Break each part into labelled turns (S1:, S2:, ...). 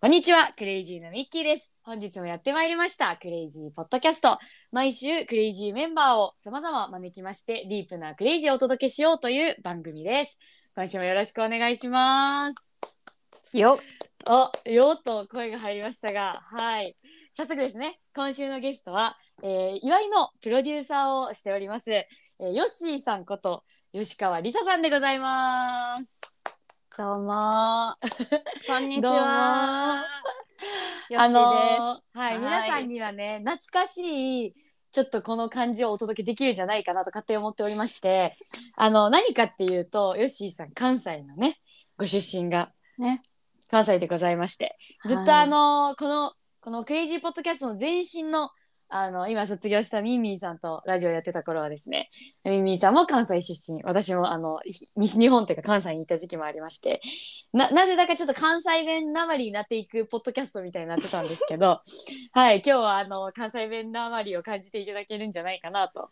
S1: こんにちは、クレイジーのミッキーです。本日もやってまいりました、クレイジーポッドキャスト。毎週、クレイジーメンバーを様々招きまして、ディープなクレイジーをお届けしようという番組です。今週もよろしくお願いします。
S2: よ
S1: あ、よっと声が入りましたが、はい。早速ですね、今週のゲストは、えー岩井のプロデューサーをしております、えー、ヨッシーさんこと、吉川りささんでございます。
S2: どうもこんにち
S1: どうも
S2: はよし
S1: あ
S2: です、
S1: のーはい、
S2: はい
S1: 皆さんにはね、懐かしい、ちょっとこの感じをお届けできるんじゃないかなと勝手に思っておりまして、あの、何かっていうと、ヨッシーさん、関西のね、ご出身が
S2: ね
S1: 関西でございまして、ずっとあのこのこのクレイジーポッドキャストの前身のあの今卒業したミンミンさんとラジオやってた頃はですねミンミンさんも関西出身私もあのひ西日本というか関西にいた時期もありましてななぜだかちょっと関西弁なまりになっていくポッドキャストみたいになってたんですけ どはい今日はあの関西弁なまりを感じていただけるんじゃないかなと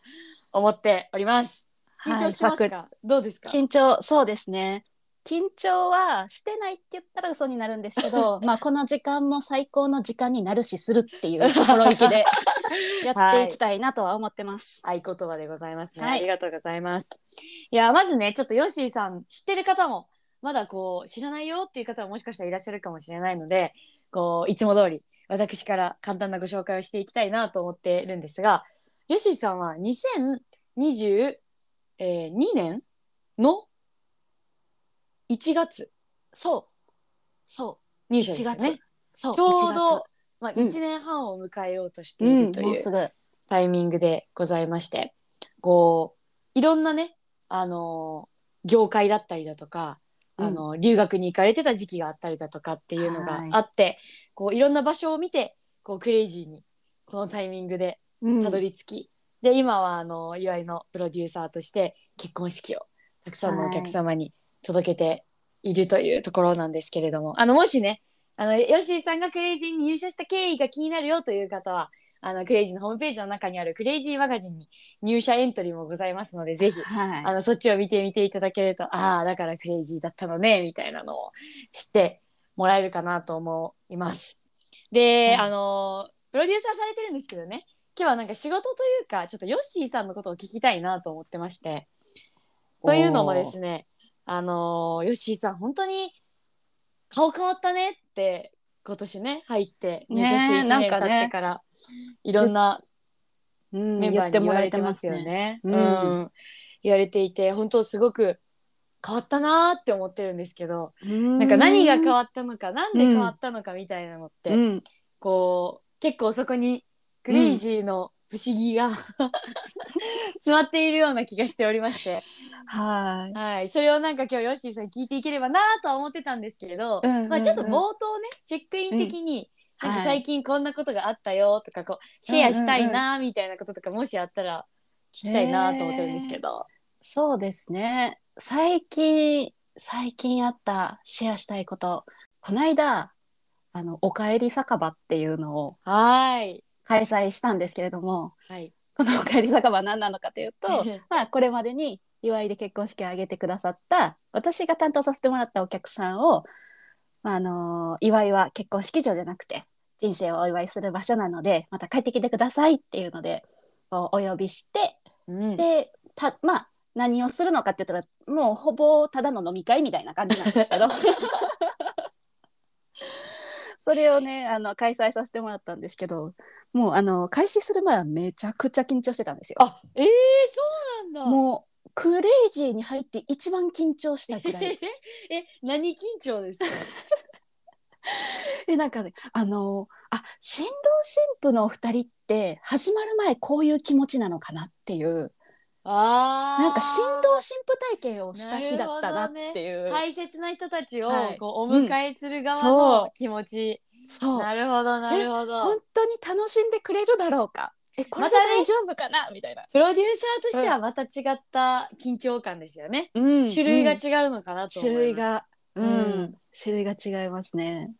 S1: 思っております。緊
S2: はい
S1: 張してますか、どうですか
S2: 緊張そうですね緊張はしてないって言ったら嘘になるんですけど まあこの時間も最高の時間になるしするっていう心意気 でやっていきたいなとは思ってます、
S1: 合言葉でございますね、
S2: はい
S1: ありがとうございます。いや、まずね、ちょっとヨッシーさん、知ってる方も、まだこう、知らないよっていう方ももしかしたらいらっしゃるかもしれないので、こう、いつも通り、私から簡単なご紹介をしていきたいなと思ってるんですが、ヨッシーさんは2022年の1月
S2: そうそう
S1: 入社ですよ
S2: 1
S1: ね
S2: 月。そう
S1: ちょう
S2: 1
S1: ど、まあ、
S2: うん
S1: 1年半を迎えようとして
S2: 月
S1: いうる
S2: ん
S1: という。
S2: もうすぐ
S1: タイミングでございましてこういろんなね、あのー業界だったりだとか、あのー留学に行かれてた時期があったりだとかっていうのが
S2: はい
S1: あって、い、こういろんな場所を見てこうクレイジーにこのタイミングで
S2: うん
S1: たどり着き、で今はあのー岩井のプロデューサーとして結婚式をたくさんのお客様に届けているというところなんですけれども、あのもしねあのヨッシーさんがクレイジーに入社した経緯が気になるよという方はあのクレイジーのホームページの中にあるクレイジーマガジンに入社エントリーもございますのでぜひ
S2: はい
S1: あのそっちを見てみていただけるとああだからクレイジーだったのねみたいなのを知ってもらえるかなと思います。で、
S2: うん
S1: あのプロデューサーされてるんですけどね今日はなんか仕事というかちょっとヨッシーさんのことを聞きたいなと思ってましてというのもですねあのヨッシーさん本当に顔変わったねって今年ね入って入社して
S2: ねえ
S1: 1年
S2: なんか
S1: 経
S2: ね
S1: ってから、いろんな
S2: うん
S1: メン
S2: 言
S1: バー
S2: っ
S1: に
S2: て
S1: 言
S2: も
S1: わ
S2: ら
S1: れ
S2: え
S1: て
S2: て
S1: ま
S2: ますす
S1: よ
S2: よね
S1: ね。う
S2: うん
S1: ん言われていて本当すごく変わったなーって思ってるんですけどなんか何が変
S2: っ
S1: わったのかなんで変わったのかみたいなのって、
S2: うん、
S1: こう結構そこにクレイジーの不思議が、 詰まっているような気がしておりまして、
S2: はい
S1: はい、それをなんか今日ヨッシーさんに聞いていければなーとは思ってたんですけれど、
S2: うんうんうん
S1: まあ、ちょっと冒頭ねチェックイン的に、なんか最近こんなことがあったよとかこうシェアしたいなーみたいなこととかもしあったら聞きたいなーと思ってるんですけど、
S2: そうですね。最近、最近あったシェアしたいこと。この間、あの、おかえり酒場っていうのを
S1: はーい
S2: 開催したんですけれども、
S1: はい、
S2: このおかえり酒場は何なのかという と まあ、これまでに祝いで結婚式を挙げてくださった、私が担当させてもらったお客さんを、まあ、あの祝いは結婚式場じゃなくて、人生をお祝いする場所なので、また帰ってきてくださいっていうので、こうお呼びして、
S1: うん、
S2: でたまあ何をするのかって言ったらもうほぼただの飲み会みたいな感じなんで すけどそれをねあの開催させてもらったんですけどもうあの開始する前はめちゃくちゃ緊張してたんですよ。
S1: あえー、そうなんだ
S2: もうクレイジーに入って一番緊張したぐら い
S1: え何緊張 ですか
S2: でなんかねあのあ新郎新婦のお二人って始まる前こういう気持ちなのかなっていう
S1: あー
S2: なんか新郎新婦体験をした日だったなっていう、
S1: 大切な人たちを
S2: はい
S1: こうお迎えする側
S2: そ
S1: の
S2: う
S1: 気持ち、
S2: そう
S1: なるほどなるほ
S2: 本
S1: ど
S2: 当に楽しんでくれるだろうかえこれで
S1: またね
S2: 大丈夫かな、みたいな、
S1: プロデューサーとしてはまた違った緊張感ですよね、
S2: うん
S1: 種類が違うのかなと思います、
S2: 種類が、うん
S1: うん
S2: 種類が違いますね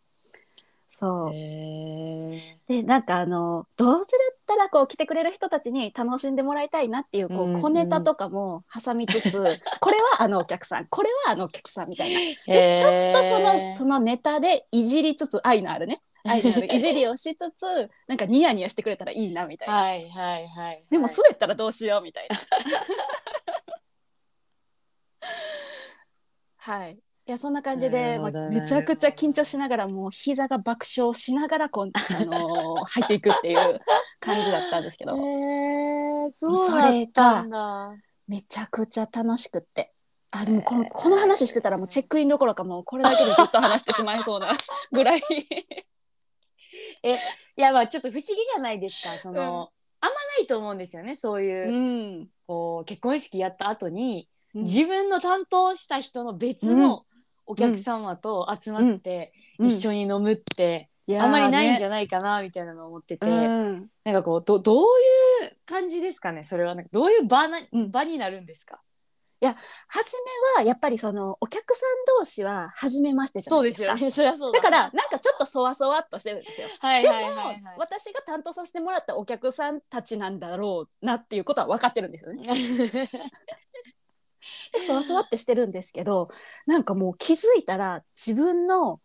S2: そう。
S1: へー
S2: でなんかあのどうするったらこう来てくれる人たちに楽しんでもらいたいなっていうこ
S1: うんう
S2: うん小ネタとかも挟み つつ、これはあのお客さんこれはあのお客さんみたいな
S1: へ
S2: で
S1: ー
S2: ちょっとそのそのネタでいじりつつ愛のあるね愛のあ るいじりをしつつなんかニヤニヤしてくれたらいいなみたいな、
S1: はいはいはい。
S2: でも滑ったらどうしようみたいな。はいいやそんな感じ
S1: な
S2: で、
S1: るほど
S2: まあ
S1: ね
S2: めちゃくちゃ緊張しながらもう膝が爆笑しながらこう、 あのー入っていくっていう感じだったんですけ
S1: へ
S2: ど、
S1: ーそうだったんだ。
S2: めちゃくちゃ楽しくってあでもこの,、
S1: へー
S2: この話してたらもうチェックインどころかもうこれだけでずっと話してしまいそうなぐらい
S1: いやまあちょっと不思議じゃないですかその、あんまないと思うんですよねそういう,、
S2: ん、
S1: こう結婚式やった後に、
S2: うん
S1: 自分の担当した人の別のお客様と集まって、一緒に飲むって、あんまりないんじ
S2: ゃ
S1: ゃないかなみたいなのを思ってて、
S2: うん、
S1: なんかこうどどういう感じですかねそれはなんかどういう場な、
S2: うん
S1: 場になるんですか
S2: 初めはやっぱりそのお客さん同士は初めましてじゃ
S1: そ
S2: な
S1: う
S2: い
S1: で
S2: ですす
S1: よ
S2: か。
S1: ね そりゃそう
S2: だ
S1: だ
S2: からなんかちょっとそわそわっとしてるんですよ。
S1: はい
S2: でも、
S1: はいはいはい
S2: 私が担当させてもらったお客さんたちなんだろうなっていうことは分かってるんですよね。でそわそわってしてるんですけどなんかもう気づいたら自分の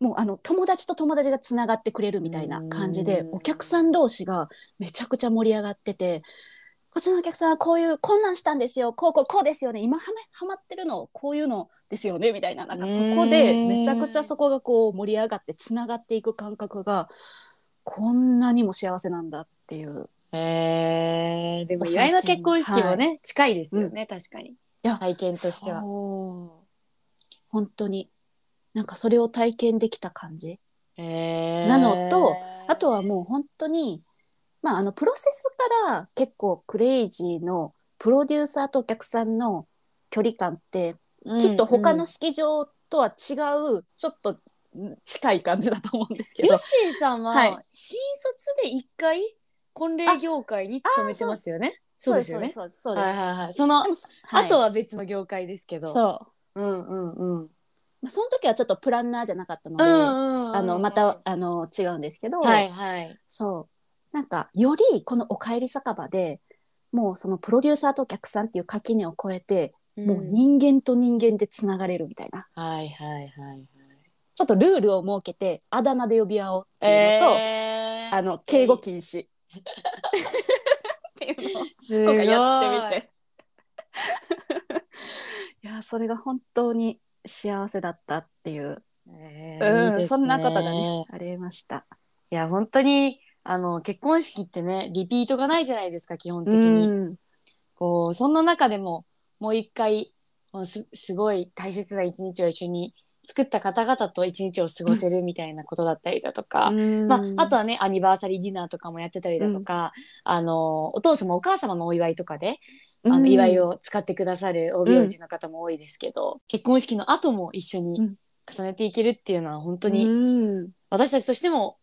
S2: もうあの友達と友達がつながってくれるみたいな感じで
S1: うん
S2: お客さん同士がめちゃくちゃ盛り上がってて。こっちのお客さんはこういう困難したんですよこうこうこうですよね今はめはまってるのこういうのですよねみたいななんかそこで
S1: うん
S2: めちゃくちゃそこがこう盛り上がってつながっていく感覚がこんなにも幸せなんだっていう
S1: えー、でも意外な結婚式もね、近いですよね、確かに
S2: や
S1: 体験としては。
S2: そう本当になんかそれを体験できた感じ
S1: な
S2: なのとあとはもう本当にまああのプロセスから結構クレイジーのプロデューサーとお客さんの距離感って
S1: うん
S2: きっと他
S1: うん
S2: の式場とは違うちょっと近い感じだと思うんですけ
S1: ヨ
S2: ど
S1: ッシーさんは、
S2: はい
S1: 新卒で一回婚礼業界に勤めてますよね。そうですよね。
S2: そうですそうです
S1: はいはいはい。その、
S2: でも
S1: あと
S2: はい
S1: は別の業界ですけど。う。
S2: そ
S1: んうんうん。
S2: うまあその時はちょっとプランナーじゃなかったの
S1: う
S2: で、
S1: んうん。
S2: あのまた。あの違うんですけど、
S1: はいはい。
S2: そう。なんか、よりこのおかえり酒場で、もうそのプロデューサーとお客さんっていう垣根を越えて、もう人間と人間でつながれるみたいな。
S1: うんはいはいはい。
S2: ちょっとルールを設けて、あだ名で呼び合おうっていうのと、
S1: え
S2: あの、敬語禁止。っていうのを
S1: す
S2: 今
S1: ごい
S2: 回やってみて。 いや、それが本当に幸せだったっていう、
S1: え
S2: う
S1: ー
S2: ん
S1: いいですね
S2: そんなことがね、ありました。
S1: いや本当にあの結婚式ってねリピートがないじゃないですか基本的に。
S2: うん
S1: こうそんな中でももう一回こうすすごい大切な一日を一緒に作った方々と一日を過ごせるみたいなことだったりだとか、まあ、あとはねアニバーサリーディナーとかもやってたりだとか、あのお父様お母様のお祝いとかで、あの祝いを使ってくださる大行事の方も多いですけど、結婚式の後も一緒
S2: う
S1: に
S2: ん
S1: 重ねていけるっていうのは本当
S2: 本
S1: に私たちとしても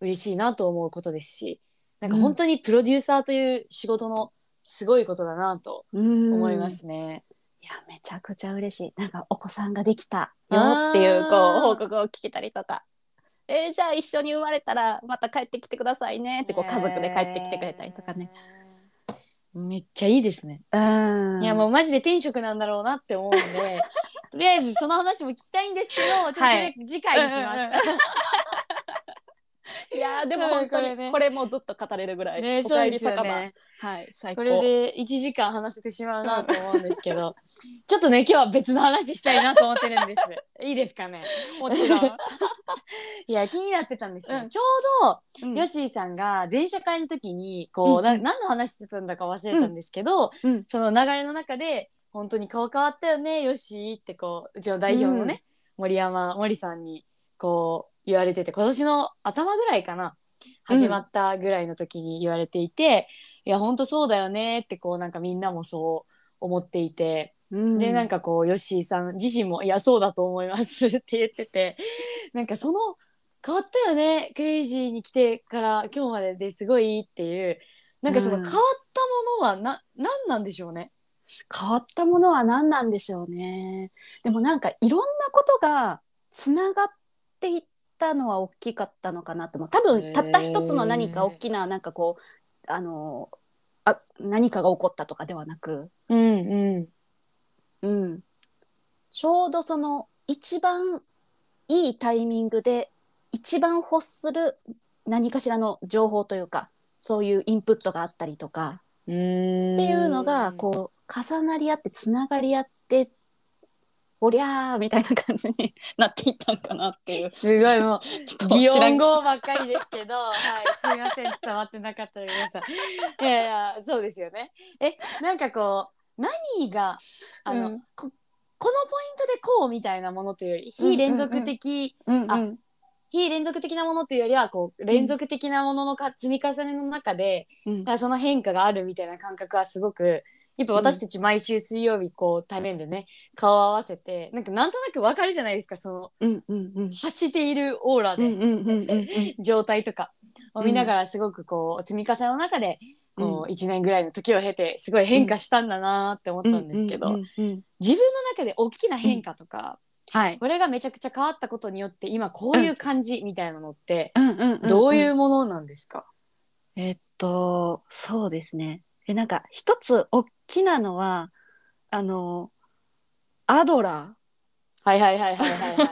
S1: 嬉しいなと思うことですしなんか本当にプロデューサーという仕事のすごいことだなと思いますね。
S2: いやめちゃくちゃ嬉しいなんかお子さんができたよっていうこ
S1: あー
S2: う報告を聞けたりとかえーじゃあ一緒に生まれたらまた帰ってきてくださいねってこう家族で帰ってきてくれたりとかね。
S1: めっちゃいいですね。
S2: うん
S1: いやもうマジで天職なんだろうなって思うんで、 とりあえずその話も聞きたいんですけど、ちょっとそ
S2: は
S1: れ
S2: い
S1: 次回にします。
S2: いやーでも本当に
S1: うんこれね
S2: これもうずっと語れるぐらい、
S1: ね
S2: お
S1: そ
S2: か
S1: う
S2: え
S1: で
S2: り
S1: すよ
S2: 酒場、
S1: ね。
S2: はい最
S1: こ
S2: 高
S1: れで1時間話せてしまうなと思うんですけ ど、ちょっとね今日は別の話したいなと思ってるんです。いいですかね。
S2: もちろん、
S1: いや気になってたんですよ。
S2: うん
S1: ちょうど
S2: うん
S1: ヨッシーさんが前社会の時にこう、
S2: うん
S1: な何の話してたんだか忘れたんですけど、
S2: うん
S1: その流れの中で「本当に顔変わったよねヨッシー」ってこううちの代表のね、森山森さんにこう言われてて今年の頭ぐらいかな
S2: うん
S1: 始まったぐらいの時に言われていて「いや本当そうだよね」ってこうなんかみんなもそう思っていて。
S2: うん
S1: でなんかこうヨッシーさん自身も「いやそうだと思います」 って言っててなんかその変わったよねクレイジーに来てから今日までですごいっていうなんかその
S2: う
S1: 変
S2: ん
S1: わったものはな何なんでしょうね。
S2: 変わったものは何なんでしょうね。でもなんかいろんなことがつながっていったのは大きかったのかなと思う多分たった一つの何
S1: へ
S2: か
S1: ー
S2: 大きななんかこうあのあ何かが起こったとかではなく、
S1: うんう
S2: うん、ちょうどその一番いいタイミングで一番欲する何かしらの情報というかそういうインプットがあったりとか
S1: ん。うん。
S2: っていうのがこう重なり合ってつながり合っておりゃーみたいな感じになっていったんかなっていう
S1: う。すごい もう
S2: ちょっと
S1: 擬
S2: 知ら
S1: 音
S2: んけど
S1: 語ばっかりです けど、はい、すいません伝わってなかったらごめんなさい。いやいやそうですよね。えなんかこう何があの、
S2: うん
S1: ここのポイントでこうみたいなものというより非連続的、
S2: うんうん
S1: あ非連続的なものというよりはこう連続的なもののか積み重ねの中で、
S2: うん
S1: あその変化があるみたいな感覚はすごくやっぱ私たち毎週水曜日こう対面でね顔を合わせてなんかなんとなくわかるじゃないですかその
S2: うんうんうん
S1: 発しているオーラで、
S2: うんうんうんうんうん
S1: 状態とかを見ながらすごくこう積み重ねの中でこう1年ぐらいの時を経てすごい変化したんだなって思ったんですけど
S2: うんうんうんうん
S1: 自分の中で大きな変化とか
S2: はい
S1: これがめちゃくちゃ変わったことによって今こういう感じみたいなのって
S2: うんうんんん
S1: どういうものなんですか
S2: えっとそうですねえなんか一つ大きなのはあのアドラー
S1: はいはいはいはいはい はい
S2: い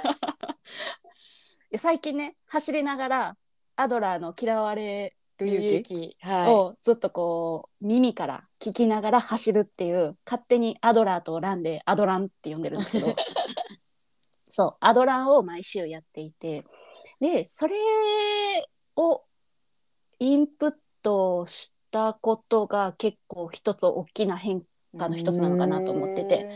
S2: や最近ね走りながらアドラーの「嫌われる勇気」
S1: 勇気は
S2: をずっとこう耳から聞きながら走るっていう勝手にアドラーとランでアドランって呼んでるんです けどそうアドランを毎週やっていてでそれをインプットしたことが結構一つ大きな変
S1: い
S2: 化他の一つなのかなと思ってて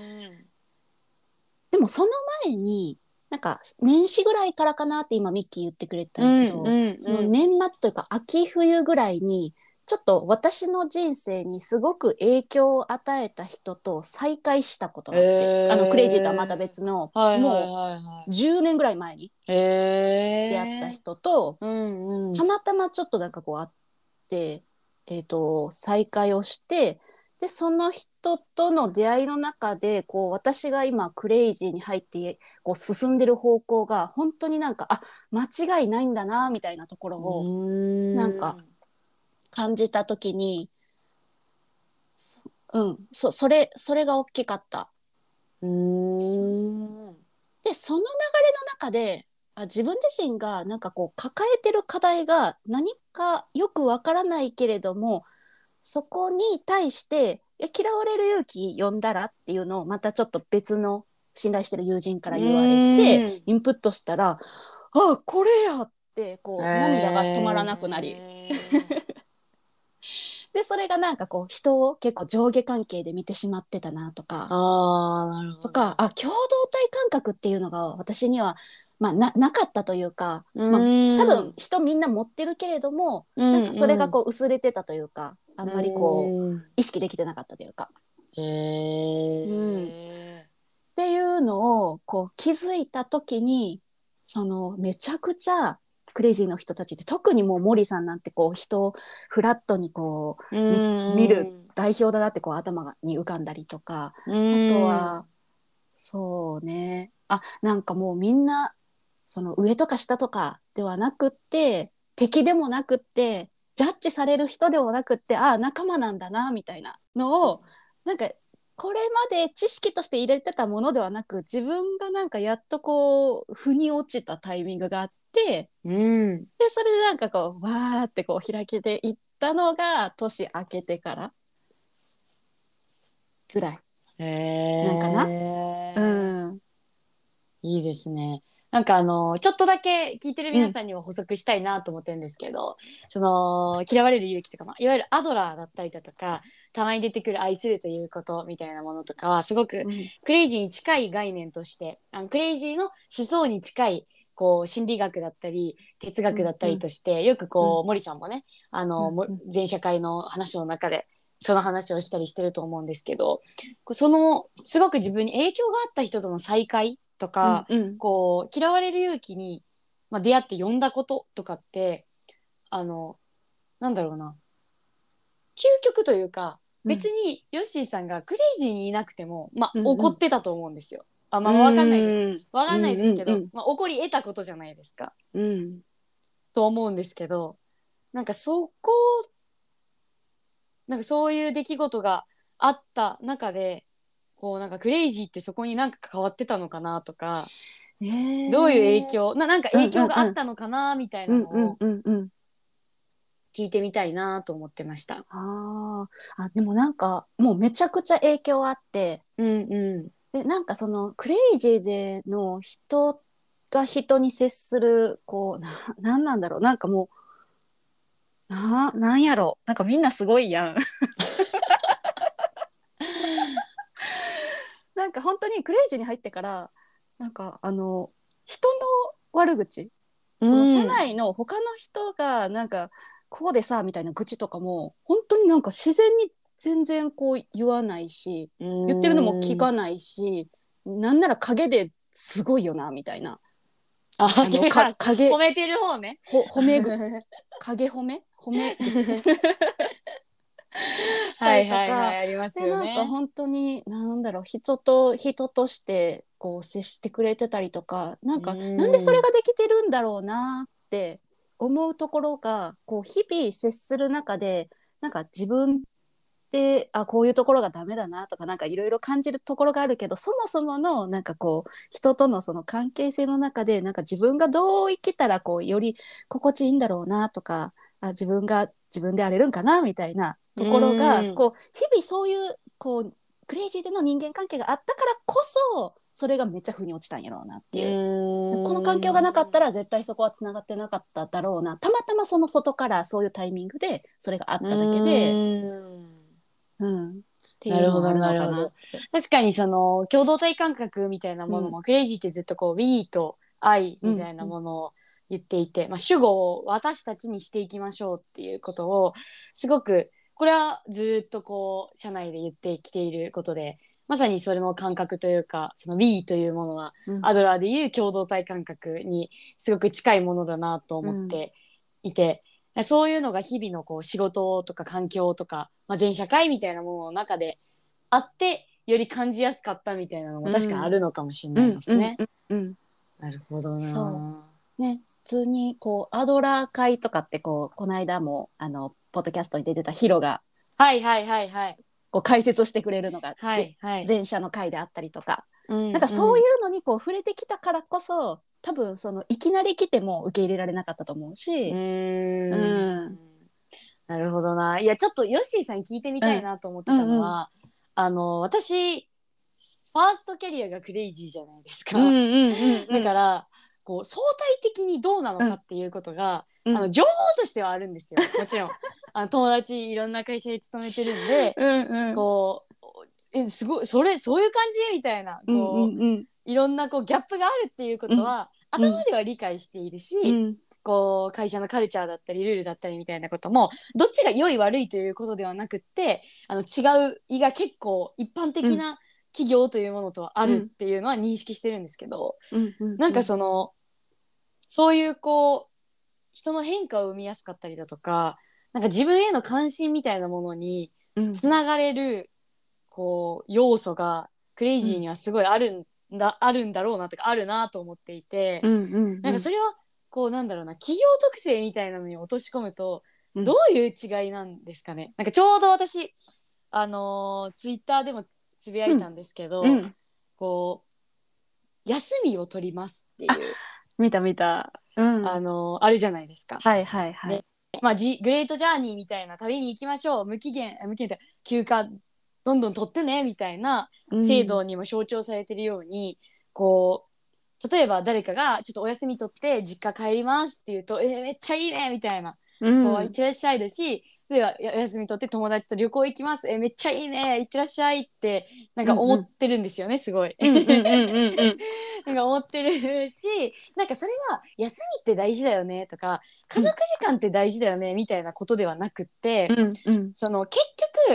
S2: でもその前になんか年始ぐらいからかなって今ミッキー言ってくれてた
S1: うん
S2: だ
S1: ん
S2: けど、
S1: うん
S2: その年末というか秋冬ぐらいにちょっと私の人生にすごく影響を与えた人と再会したことがあって、
S1: へー
S2: あのクレイジーとはまた別の、
S1: はいはい
S2: も
S1: はいは
S2: う10年ぐらい前に
S1: いへえ
S2: 出会った人と、
S1: うんうん
S2: たまたまちょっとなんかこう会って、えー、と再会をしてでその人との出会いの中でこう私が今クレイジーに入ってこう進んでる方向が本当になんかあ間違いないんだなみたいなところを。なんか感じた時にうんそそれそれが大きかった
S1: うーん
S2: でその流れの中であ自分自身がなんかこう抱えてる課題が何かよくわからないけれどもそこに対して「いや嫌われる勇気呼んだら?」っていうのをまたちょっと別の信頼してる友人から言われてインプットしたら「あこれや!」ってこう涙が止まらなくなり。
S1: えー
S2: でそれがなんかこう人を結構上下関係で見てしまってたなとか
S1: ああなるほど
S2: とかあ共同体感覚っていうのが私には、まあ、ななかったというか
S1: う
S2: まあ
S1: ん
S2: 多分人みんな持ってるけれども、なんかそれがこう薄れてたというかあんまりこう
S1: うん
S2: 意識できてなかったというか。
S1: へえ
S2: っていうのをこう気づいた時にそのめちゃくちゃクレイジーの人たちって特にもう森さんなんてこう人をフラットにこう
S1: うん
S2: 見る代表だなってこう頭がに浮かんだりとか。
S1: うん
S2: あとは、そうね。あ、なんかもうみんな、その上とか下とかではなくって、敵でもなくって、ジャッジされる人でもなくって、ああ、仲間なんだな、みたいなのを、なんか、これまで知識として入れてたものではなく、自分がなんかやっとこう、腑に落ちたタイミングがあって、
S1: うん
S2: で、それでなんかこう、わーってこう、開けていったのが、年明けてから、ぐらい。
S1: へえ
S2: なんかなうん。
S1: いいですね。なんかあのちょっとだけ聞いてる皆さんにも補足したいなと思ってるんですけど、その嫌われる勇気とか、まあ、いわゆるアドラーだったりだとかたまに出てくる愛するということみたいなものとかはすごくクレイジーに近い概念としてあのクレイジーの思想に近いこう心理学だったり哲学だったりとして、よくこう、森さんもねあの、も
S2: うんうん
S1: 全社会の話の中でその話をしたりしてると思うんですけどこうそのすごく自分に影響があった人との再会とか、
S2: うんうん
S1: こう嫌われる勇気に、まあ、出会って呼んだこととかってあのなんだろうな究極というか別にヨッシーさんがクレイジーにいなくても、まあ、
S2: うんうん
S1: 怒ってたと思うんですよ。あまあわかんないです
S2: す。
S1: わかんないですけど、
S2: うんうんうん
S1: まあ、起こり得たことじゃないですか
S2: うん。
S1: と思うんですけどなんかそこなんかそういう出来事があった中でこうなんかクレイジーってそこになんか変わってたのかなとか
S2: ねえ
S1: どういう影響ななんか影響があったのかなみたいな
S2: うん
S1: の
S2: うん
S1: を
S2: うんうん。
S1: 聞いてみたいなと思ってました。
S2: あーあ、でもなんか、もうめちゃくちゃ影響あって、
S1: うんう
S2: で、なんかそのクレイジーでの人が人に接する、こう、な、なんなんだろう、なんかもう、な、なんやろう、なんかみんなすごいやん。 なんか本当にクレイジーに入ってから、なんかあの、人の悪口、
S1: ん、
S2: その社内の他の人がなんかこうでさみたいな愚痴とかも本当になんか自然に全然こう言わないし言ってるのも聞か
S1: ない
S2: ないしなんなら陰ですごいよなみたいな
S1: あ
S2: あのか 陰
S1: 褒めてる方ね。
S2: ほ褒 めぐ陰褒め褒めしたりとか、
S1: あります
S2: でなんか本当になんだろう人と人としてこう接してくれてたりとかなんか
S1: うん
S2: なんでそれができてるんだろうなって思うところがこう日々接する中でなんか自分ってあこういうところがダメだなとかなんかいろいろ感じるところがあるけどそもそものなんかこう人とのその関係性の中でなんか自分がどう生きたらこうより心地いいんだろうなとかあ自分が自分であれるんかなみたいなところ
S1: う
S2: が
S1: ん
S2: こう日々そういうこうクレイジーでの人間関係があったからこそそれがめっちゃ腑に落ちたんやろうなっていう。この環境がなかった
S1: ら
S2: ら絶対そこはつながってなかっただろうなたまたまその外からそういうタイミングでそれがあっただけで、うんっていうのがあるのか
S1: なるほどなるほど
S2: って
S1: 確かにその共同体感覚みたいなものも、クレイジーってずっとこう「we」と「I」みたいなものを言っていて、まあ、主語を私たちにしていきましょうっていうことをすごくこれはずっとこう社内で言ってきていることでまさにそれの感覚というかその「we」というものは
S2: う ん
S1: アドラーでいう共同体感覚にすごく近いものだなと思っていて、そういうのが日々のこう仕事とか環境とか、まあ、全社会みたいなものの中であってより感じやすかったみたいなのも確かあるのかもしれないですね。
S2: うんうんうんうん
S1: なるほどな。
S2: そね、普通にこうアドラー会とかってこうこの間もあのポッドキャストに出てたヒロが
S1: はいはいはいはい。
S2: こう解説をしてくれるのが、
S1: はいはい。
S2: ぜ前者の会であったりとか、
S1: な
S2: なんかそういううのにこう触れてきたからこそ多分そのいきなり来ても受け入れられなかったと思うし、
S1: うーん
S2: うん
S1: なるほどな。いや、ちょっとヨッシーさんに聞いてみたいなと思ってたの
S2: うん
S1: は、あの、私、ファーストキャリアがクレイジーじゃないですか。
S2: うん
S1: だから、こう、相対的にどうなのかっていうことが、
S2: うん
S1: あの、情報としてはあるんですよ。も ちろん。あの友達いろんな会社に勤めてるんで、
S2: うんうん
S1: こう、え、すごい、それ、そういう感じみたいな、こう、
S2: うんうん
S1: いろんなこうギャップがあるっていうことは、
S2: うん
S1: 頭では理解しているし、
S2: うん
S1: こう会社のカルチャーだったりルールだったりみたいなこともどっちが良い悪いということではなくってあの違う意が結構一般的な企業というものとはあるっていうのは認識してるんですけど、
S2: うん
S1: なんかそのそういうこう人の変化を生みやすかったりだとかなんか自分への関心みたいなものに
S2: うん
S1: つながれるこう要素がクレイジーにはすごいあるんだ、あるんだろうなとかあるなと思っていて。
S2: うんうん
S1: なんかそれをこうなんだろうな企業特性みたいなのに落とし込むと
S2: うん
S1: どういう違いなんですかね、なんかちょうど私あのツイッター Twitter でもつぶやいたんですけど、
S2: うん
S1: こう休みを取りますっていう
S2: 見た見たうん
S1: あ、
S2: はい
S1: のあるじゃないですか、
S2: はいはい、
S1: ねまあ、ジグレートジャーニーみたいな旅に行きましょう無期限あ無期限って休暇どんどん取ってねみたいな
S2: うん
S1: 制度にも象徴されてるように、こう例えば誰かがちょっとお休み取って実家帰りますって言うと「えーめっちゃいいね」みたいな「
S2: う
S1: こ
S2: ん
S1: ういってらっしゃい」だし例えばやお休み取って友達と旅行行きます「えーめっちゃいいねいってらっしゃい」ってなんか思ってるんですよね、すごい。
S2: うんうんうんうんうん
S1: なんか思ってるしなんかそれは休みって大事だよねとか家族時間って大事だよねみたいなことではなくって。
S2: うんうん
S1: その結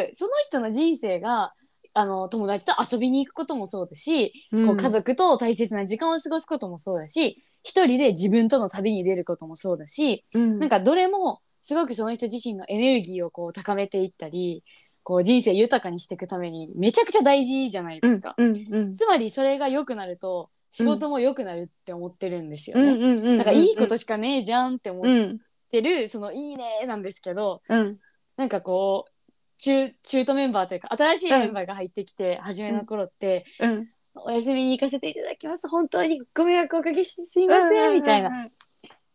S1: 局その人の人生があの友達と遊びに行くこともそうだし、こう家族と大切な時間を過ごすこともそうだし一人で自分との旅に出ることもそうだし、
S2: うん
S1: なんかどれもすごくその人自身のエネルギーをこう高めていったりこう人生豊かにしていくためにめちゃくちゃ大事じゃないですか。
S2: うんうん
S1: つまりそれが良くなると仕事も良くなるって思ってるんですよ
S2: うん
S1: ね。
S2: うんうん
S1: なんかいいことしかねえじゃんって思
S2: う
S1: っ
S2: ん
S1: てる、その「いいね」なんですけど
S2: うん
S1: なんかこう中中途メンバーというか新しいメンバーが入ってきて、初めの頃って、
S2: うん
S1: お休みに行かせていただきます本当にご迷惑おかけしてすいません」みたいな、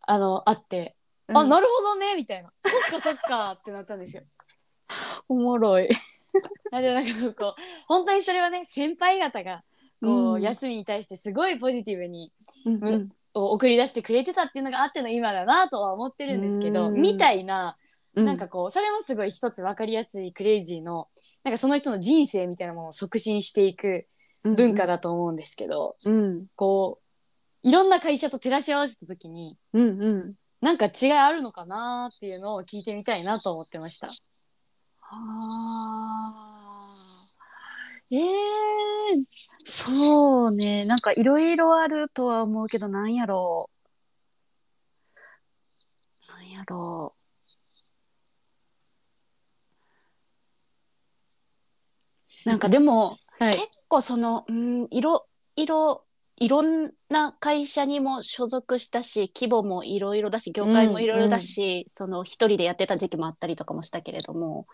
S1: あのあって、
S2: うん
S1: あなるほどねみたいな「そっかそっか」ってなったん ですよ。
S2: おもろい
S1: なんでなんかこう本当にそれはね先輩方がこう、
S2: うん
S1: 休みに対してすごいポジティブに
S2: うん
S1: うを送り出してくれてたっていうのがあっての今だなとは思ってるんですけど、
S2: うん
S1: みたいな
S2: うん
S1: なんかこうそれもすごい一つ分かりやすいクレイジーのなんかその人の人生みたいなものを促進していく文化だと思うんですけど、
S2: うん
S1: こういろんな会社と照らし合わせた時に
S2: うんうん
S1: なんか違いあるのかなっていうのを聞いてみたいなと思ってました。
S2: あーえー、そうねなんかいろいろあるとは思うけどなんやろうなんやろうなんかでも
S1: はい
S2: 結構そのうん色色いろんな会社にも所属したし規模もいろいろだし業界もいろいろだし、その一人でやってた時期もあったりとかもしたけれども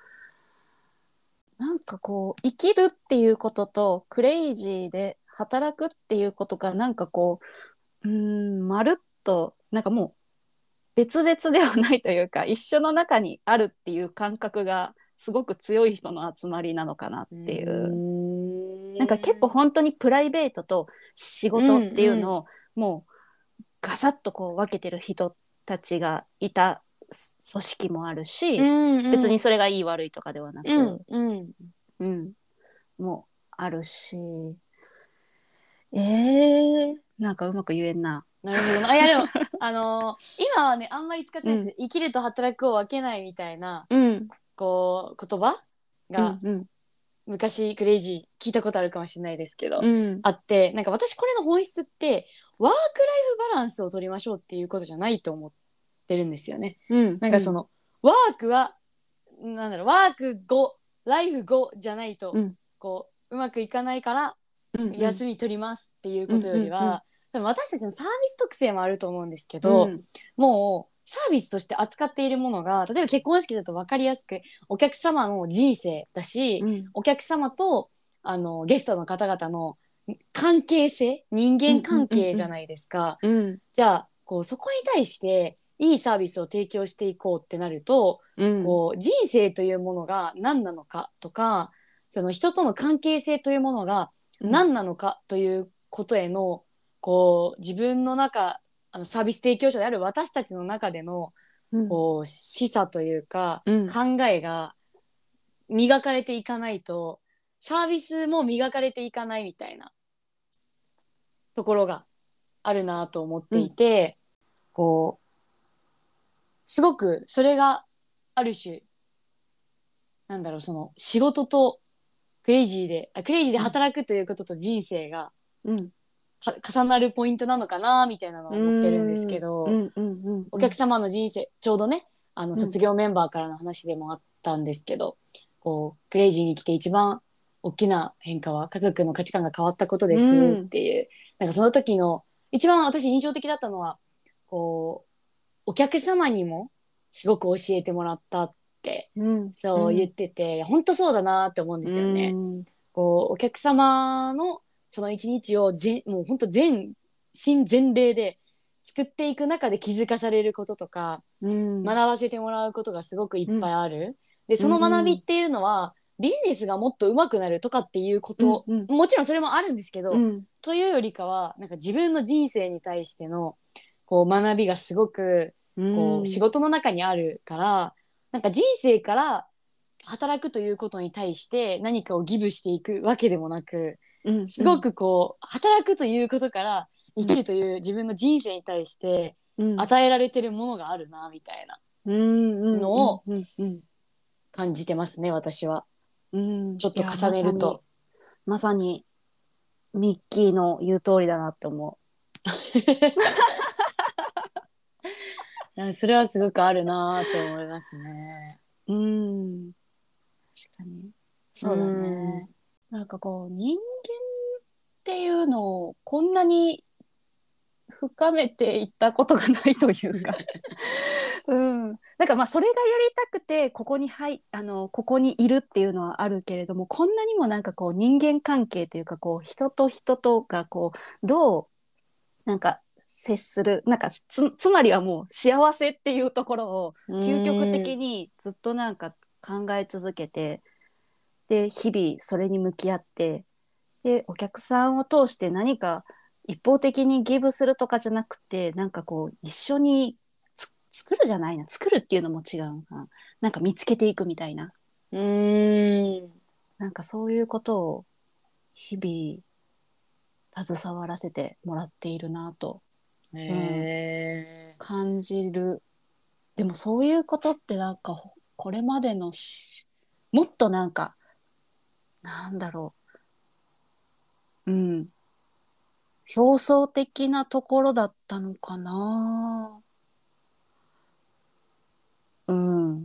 S2: なんかこう生きるっていうこととクレイジーで働くっていうことがなんかこううんまるっとなんかもう別々ではないというか一緒の中にあるっていう感覚がすごく強い人の集まりなのかなっていう。
S1: う
S2: なんか結構本当にプライベートと仕事っていうのをもうガサッとこう分けてる人たちがいたす組織もあるし、別にそれがいい悪いとかではなく、
S1: うんうん
S2: うんもうあるしえー、なんかうまく言えんな。
S1: なるほどな。あいやでも あのー今はねあんまり使ってないですけど、生きると働くを分けないみたいな
S2: うん、
S1: こう言葉
S2: う
S1: が
S2: んうん
S1: 昔クレイジー聞いたことあるかもしれないですけど、
S2: うん
S1: あってなんか私これの本質ってワークライフバランスを取りましょうっていうことじゃないと思ってるんですよね。
S2: うん
S1: なんかその、ワークはなんだろうワーク後ライフ後じゃないと、
S2: うん
S1: こううまくいかないから
S2: うん
S1: 休み取りますっていうことより
S2: うんうんうん
S1: は、多分私たちのサービス特性もあると思うんですけど、
S2: うん
S1: もうサービスとして扱っているものが例えば結婚式だと分かりやすくお客様の人生だし、
S2: うん
S1: お客様とあのゲストの方々の関係性人間関係じゃないですか、
S2: うん
S1: じゃあこうそこに対していいサービスを提供していこうってなると、
S2: うん
S1: こう人生というものが何なのかとかその人との関係性というものが何なのかということへの、こう自分の中あのサービス提供者である私たちの中での
S2: うん
S1: こう示唆というか、
S2: うん
S1: 考えが磨かれていかないとサービスも磨かれていかないみたいなところがあるなと思っていて、こうすごくそれがある種なんだろうその仕事とクレイジーであクレイジーで働くということと人生が
S2: うん
S1: か重なるポイントなのかなみたいなのを思ってるんですけど。
S2: うんうんうん
S1: お客様の人生ちょうどねあの
S2: うん
S1: 卒業メンバーからの話でもあったんですけど、こうクレイジーに来て一番大きな変化は家族の価値観が変わったことです
S2: うん
S1: っていう、なんかその時の一番私印象的だったのはこうお客様にもすごく教えてもらったって
S2: うん
S1: そう言ってて、本当そうだなって思うんですよね。
S2: うん
S1: こうお客様のその一日を全もう本当全身全霊で作っていく中で気づかされることとか
S2: うん
S1: 学ばせてもらうことがすごくいっぱいある、でその学びっていうのは、ビジネスがもっと上手くなるとかっていうこと、
S2: うん
S1: もちろんそれもあるんですけど、
S2: うん
S1: というよりかはなんか自分の人生に対してのこう学びがすごくこう仕事の中にあるから、なんか人生から働くということに対して何かをギブしていくわけでもなく
S2: うん
S1: すごくこう、働くということから生きるという自分の人生に対して
S2: うん
S1: 与えられてるものがあるなみたいなの
S2: の
S1: を感じてますね私は
S2: ち
S1: ちょっと重ねると。
S2: まさにまさにミッキーの言う通りだなって思
S1: うんそれはすごくあるなと思いますね。
S2: ううんかに。そうだね。なんかこう、人間っていうのをこんなに深めていったことがないという か。うん。なんかまあ、それがやりたくて、ここに、はい、あの、ここにいるっていうのはあるけれども、こんなにもなんかこう、人間関係というか、こう、人と人とがこう、どう、なんか、接する。なんかつ、つまりはもう、幸せっていうところを、究極的にずっとなんか考え続けてで日々それに向き合ってでお客さんを通して何か一方的にギブするとかじゃなくてなんかこう一緒につ作るじゃないな作るっていうのも違うのかななんか見つけていくみたいな
S1: うーん
S2: なんかそういうことを日々携わらせてもらっているなと
S1: へ
S2: 感じるでもそういうことってなんかほこれまでのしもっとなんかなんだろううん表層的なところだったのかなうん
S1: ー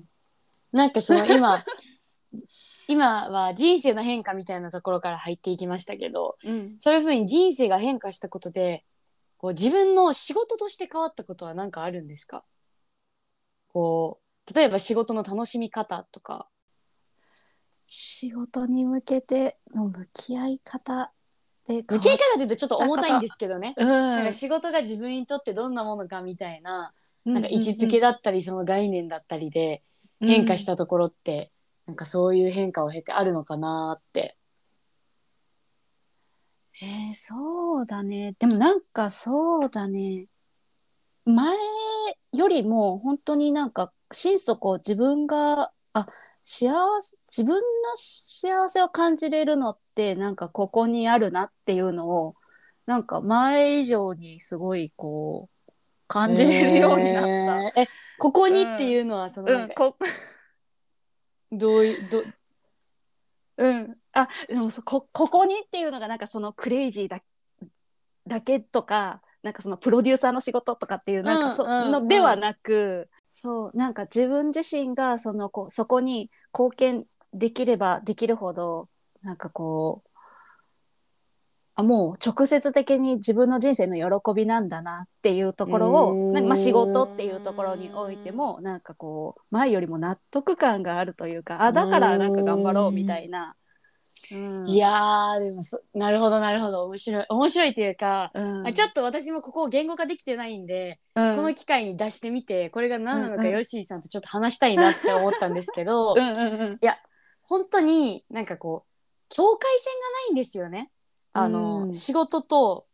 S1: なんかその今 今は人生の変化みたいなところから入っていきましたけど
S2: うん
S1: そういうふうに人生が変化したことでこう自分の仕事として変わったことは何かあるんですかこう例えば仕事の楽しみ方とか。
S2: 仕事に向けての向き合い方で
S1: 向き合い方って言うとちょっと重たいんですけど ね。
S2: 変わっ
S1: なんか仕事が自分にとってどんなものかみたいな、
S2: うん
S1: なんか位置づけだったり、その概念だったりで変化し、たところって、なんかそういう変化を経てあるのかなって。
S2: えー、そうだね。でもなんかそうだね。前よりも本当になんか心底自分が、あ、幸せ、自分の幸せを感じれるのってなんかここにあるなっていうのを、なんか前以上にすごいこう、感じれるようになった。
S1: た。え、ここにっていうのは、その
S2: う
S1: なん
S2: ん、
S1: か、
S2: こ、
S1: どういど、
S2: うん。あ、でもそこ、ここにっていうのがなんかそのクレイジーだ、だけとか、なんかそのプロデューサーの仕事とかっていう、なんかそ、
S1: うんうんうん
S2: のではなく、そう、なんか自分自身がそのこう、そこに貢献できればできるほど、なんかこう、あ、もう直接的に自分の人生の喜びなんだなっていうところ
S1: うー
S2: を、
S1: ん
S2: なんかまあ仕事っていうところにおいても、なんかこう、前よりも納得感があるというか、あ、だからなんか頑張ろうみたいな。うん
S1: いやー、でもそ、なるほど、なるほど、面白い、面白いというか、
S2: うん
S1: あちょっと私もここを言語化できてないんで、
S2: うん
S1: この機会に出してみて、これが何なのか、
S2: うんうん
S1: ヨッシーさんとちょっと話したいなって思ったんですけど、
S2: うんうんうん
S1: 本当になんかこう境界線がないんですよね。あの、
S2: うん
S1: 仕事と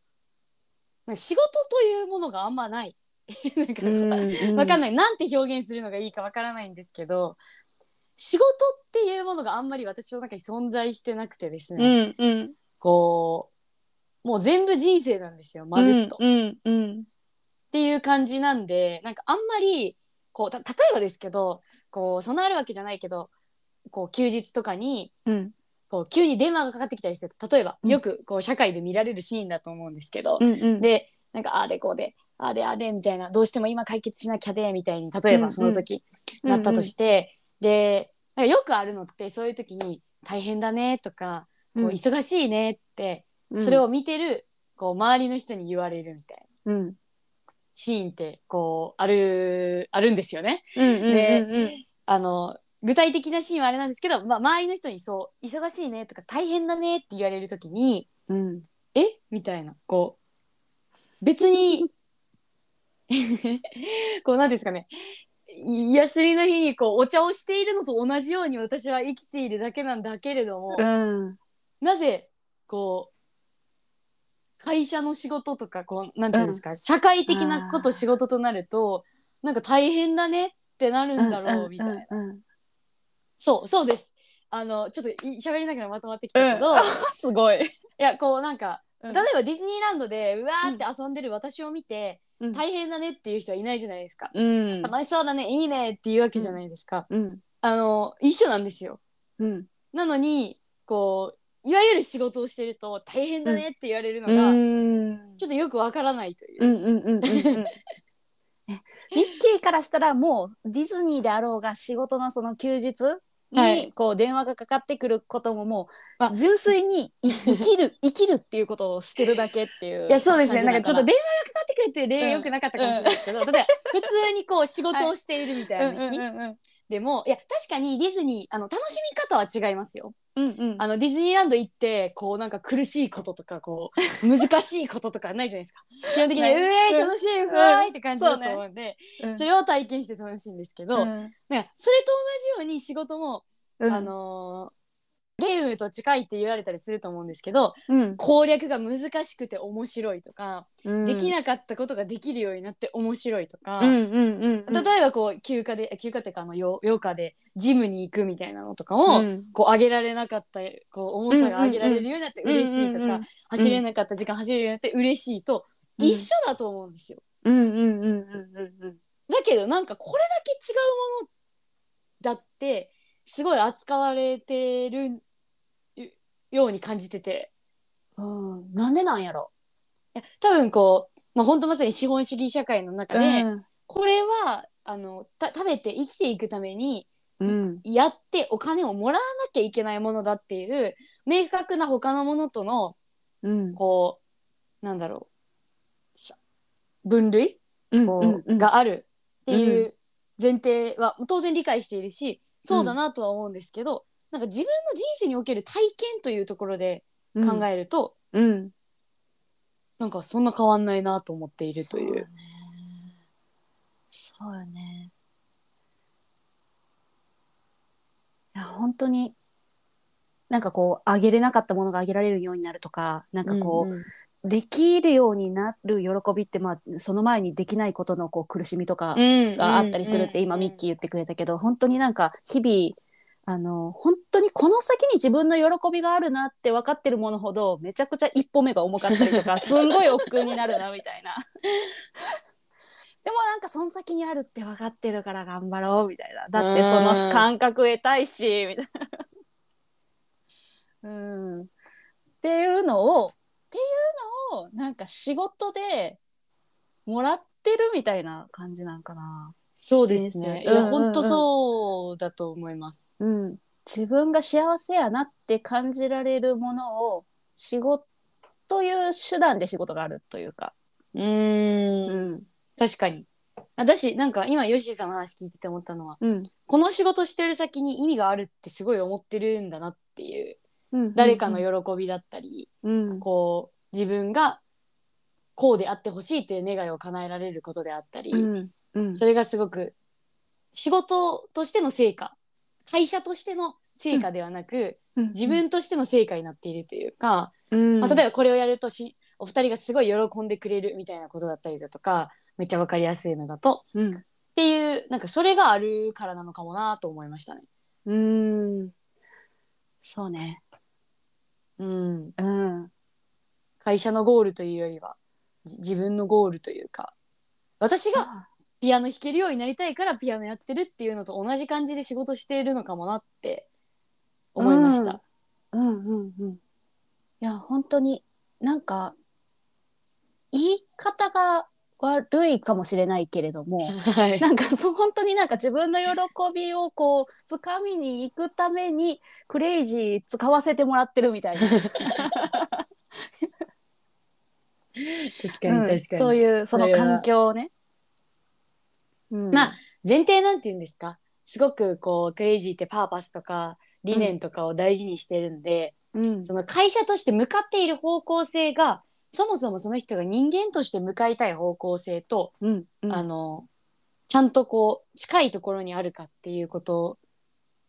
S1: なんか仕事というものがあんまない。 なんかわかんな
S2: ない。
S1: いなんて表現するのがいいかわからないんですけど仕事っていうものがあんまり私の中に存在してなくてです
S2: う
S1: ね、
S2: んうん。
S1: こうもう全部人生なんですよまるっと、っ
S2: うんうん
S1: ていう感じなんでなんかあんまりこうた例えばですけどこうそんなあるわけじゃないけどこう休日とかに
S2: うん
S1: こう急に電話がかかってきたりして例えば
S2: うん
S1: よくこう社会で見られるシーンだと思うんですけど、
S2: うんうん。
S1: でなんかあれこうであれあれみたいなどうしても今解決しなきゃでみたいに例えばその時なったとして、でなんかよくあるのってそういう時に「大変だね」とか「こう忙しいね」って、それを見てるこう周りの人に言われるみたいな
S2: うん
S1: シーンってこうあるあるんですよね。
S2: うん
S1: であの具体的なシーンはあれなんですけど、まあ、周りの人にそう「忙しいね」とか「大変だね」って言われる時に「
S2: うん
S1: えみたいなこう別に こうなんですかねい休みの日にこうお茶をしているのと同じように私は生きているだけなんだけれども、
S2: うん
S1: なぜこう会社の仕事とかこうなんていうんですか、社会的なこ
S2: あ
S1: と
S2: ー
S1: 仕事となるとなんか大変だねってなるんだろうみたいな、
S2: な。
S1: そうそうですあのちょっとい喋りながらまとまってきたけど、
S2: う ん
S1: い
S2: すごい。
S1: やこうなんか
S2: うん
S1: 例えばディズニーランドでうわーって遊んでる私を見て、
S2: うん
S1: 大変だねっていう人はいないじゃないですか、
S2: うん
S1: 楽しそうだねいいねっていうわけじゃないですか、
S2: うん
S1: あの一緒なんですよ
S2: うん
S1: なのにこういわゆる仕事をしてると大変だねって言われるの
S2: うんう
S1: が、
S2: ん
S1: ちょっとよくわからないという、
S2: うんうん うん。えミッキーからしたらもうディズニーであろうが仕事のその休日
S1: はい
S2: にこう電話がかかってくることももう、
S1: あ
S2: 純粋に い生きる生きるっていうことをしてるだけっていう。
S1: いやそうですね
S2: 感じ
S1: な
S2: だ
S1: んかちょっと電話がかかってくるっていう例よくなかったかもしれないですけど、例えば普通にこう仕事をしているみたいな
S2: うん
S1: 日
S2: うんうん
S1: でもいや確かにディズニーあの楽しみ方は違いますよ。
S2: うんうん
S1: あのディズニーランド行ってこうなんか苦しいこととかこう難しいこととかないじゃないです か基本的には「う
S2: ね
S1: えー
S2: うん
S1: 楽しいふわーい」って感じだと思うんで
S2: うん
S1: それを体験して楽しいんですけどな
S2: う
S1: んか
S2: ん
S1: それと同じように仕事も
S2: うん
S1: あのーゲームと近いって言われたりすると思うんですけど
S2: うん
S1: 攻略が難しくて面白いとか
S2: うん
S1: できなかったことができるようになって面白いとか
S2: うんうんうんうん
S1: 例えばこう休暇で休暇っていうかあのよ余暇でジムに行くみたいなのとか
S2: う
S1: を
S2: ん
S1: こう上げられなかったこう重さが上げられるようになって嬉しいと
S2: うんうんう
S1: か
S2: ん
S1: 走れなかった時間走れるようになって嬉しいと
S2: うん
S1: 一緒だと思うんですよ。
S2: うんうんうんうんうんうん
S1: だけどなんかこれだけ違うものだってすごい扱われてるように感じてて
S2: うんなんでなんやろ。
S1: いや多分こう、まあ、本当まさに資本主義社会の中で、
S2: うん
S1: これはあのた食べて生きていくために
S2: うん
S1: やってお金をもらわなきゃいけないものだっていう明確な他のものとの
S2: うん
S1: こうなんだろうさ分類
S2: うん
S1: こう、
S2: うん
S1: があるっていう前提は当然理解しているしそうだなとは思うんですけど、なんか自分の人生における体験というところで考えると、
S2: うん
S1: なんかそんな変わんないなと思っているという。
S2: そうよね。そうよね。いや本当になんかこうあげれなかったものがあげられるようになるとかなんかこう、
S1: うんうん
S2: できるようになる喜びって、まあ、その前にできないことのこう苦しみとかがあったりするって今ミッキー言ってくれたけど本当になんか日々あの本当にこの先に自分の喜びがあるなって分かってるものほどめちゃくちゃ一歩目が重かった りとかすんごい億劫になるなみたいな。でもなんかその先にあるって分かってるから頑張ろうみたいなだってその感覚得たいしみたい な。うん、っていうのをっていうのをなんか仕事でもらってるみたいな感じなんかな。
S1: そうですね。い
S2: うんうん
S1: や
S2: うん
S1: 本当そうだと思います。
S2: うん、自分が幸せやなって感じられるものを仕事という手段で仕事があるというか。
S1: うーん
S2: ん。
S1: 確かに。私なんか今ヨッシーさんの話聞いてて思ったのは
S2: うん。
S1: この仕事してる先に意味があるってすごい思ってるんだなっていう
S2: うん、
S1: 誰かの喜びだったり、
S2: うん。
S1: こう自分がこうであってほしいっていう願いを叶えられることであったり、
S2: うん。うん。
S1: それがすごく仕事としての成果会社としての成果ではなく、自分としての成果になっているというか、
S2: うん、
S1: まあ、例えばこれをやるとしお二人がすごい喜んでくれるみたいなことだったりだとかめっちゃ分かりやすいのだと
S2: うん。
S1: っていうなんかそれがあるからなのかもなと思いましたね。
S2: うん。そうね。
S1: うん、
S2: うん。
S1: 会社のゴールというよりはじ自分のゴールというか私が
S2: が
S1: ピアノ弾けるようになりたいからピアノやってるっていうのと同じ感じで仕事しているのかもなって思いました。
S2: うんうんうん。いや、本当に、なんか、言い方が悪いかもしれないけれども、
S1: はい
S2: なんかそう本当になんか自分の喜びをこう掴みに行くためにクレイジー使わせてもらってるみ たいな
S1: 確
S2: うんそういうその環境をね。うん
S1: まあ前提なんて言うんですかすごくこうクレイジーってパーパスとか理念とかを大事にしてるんで、
S2: うん
S1: その会社として向かっている方向性がそもそもその人が人間として向かいたい方向性と、
S2: うんうん
S1: あのちゃんとこう近いところにあるかっていうこと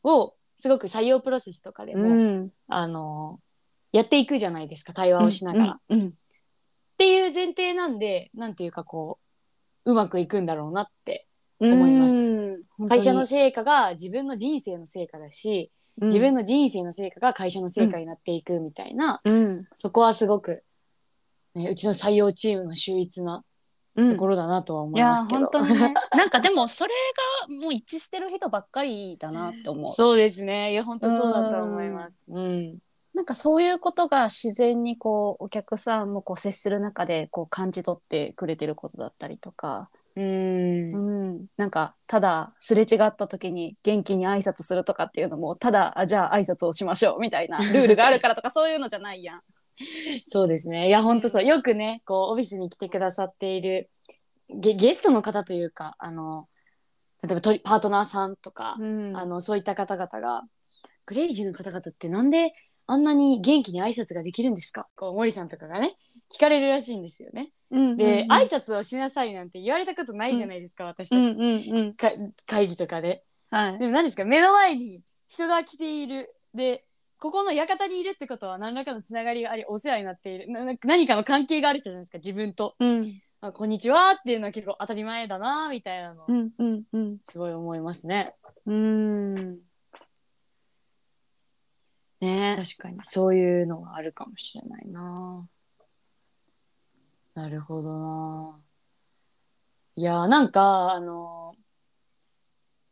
S1: をすごく採用プロセスとかでも、
S2: うん
S1: あのやっていくじゃないですか対話をしながら、っ
S2: うんうん
S1: ていう前提なんでなんていうかこううまくいくんだろうなって
S2: うん
S1: 思います
S2: うん
S1: 会社の成果が自分の人生の成果だし、自分の人生の成果が会社の成果になっていくみたいな、
S2: うん
S1: そこはすごく、ね、うちの採用チームの秀逸な
S2: うん
S1: ところだなとは思
S2: い
S1: い
S2: や
S1: ますけど、
S2: 本当に ねなんかでもそれがもう一致してる人ばっかりだなと思
S1: そうですねいや本当そうだと思います。うん
S2: うなんかそういうことが自然にこうお客さんもこう接する中でこう感じ取ってくれてることだったりとか
S1: うん
S2: うん、なんかただすれ違った時に元気に挨拶するとかっていうのもただあじゃあ挨拶をしましょうみたいなルールがあるからとかそういうのじゃないやん。
S1: そうですね。いや、本当そう。よくね、こう、オフィスに来てくださっているゲゲストの方というか、あの、例えばトリパートナーさんとか、
S2: うん
S1: あの、そういった方々が、クレイジーの方々ってなんであんなに元気に挨拶ができるんですかこう、森さんとかがね、聞かれるらしいんですよね。で、挨拶をしなさいなんて言われたことないじゃないですか、私た
S2: う
S1: ち、
S2: んうんうん
S1: か会議とかで。
S2: はい
S1: でも何ですか目の前に人が来ているでここの館にいるってことは何らかのつながりがありお世話になっているなな何かの関係がある人じゃないですか自分と
S2: うん
S1: あこんにちはっていうのは結構当たり前だなみたいなの
S2: うんうんうん
S1: すごい思いますね。
S2: うん
S1: ね
S2: 確かに
S1: そういうのがあるかもしれないな。なるほどな。いやーなんかあのー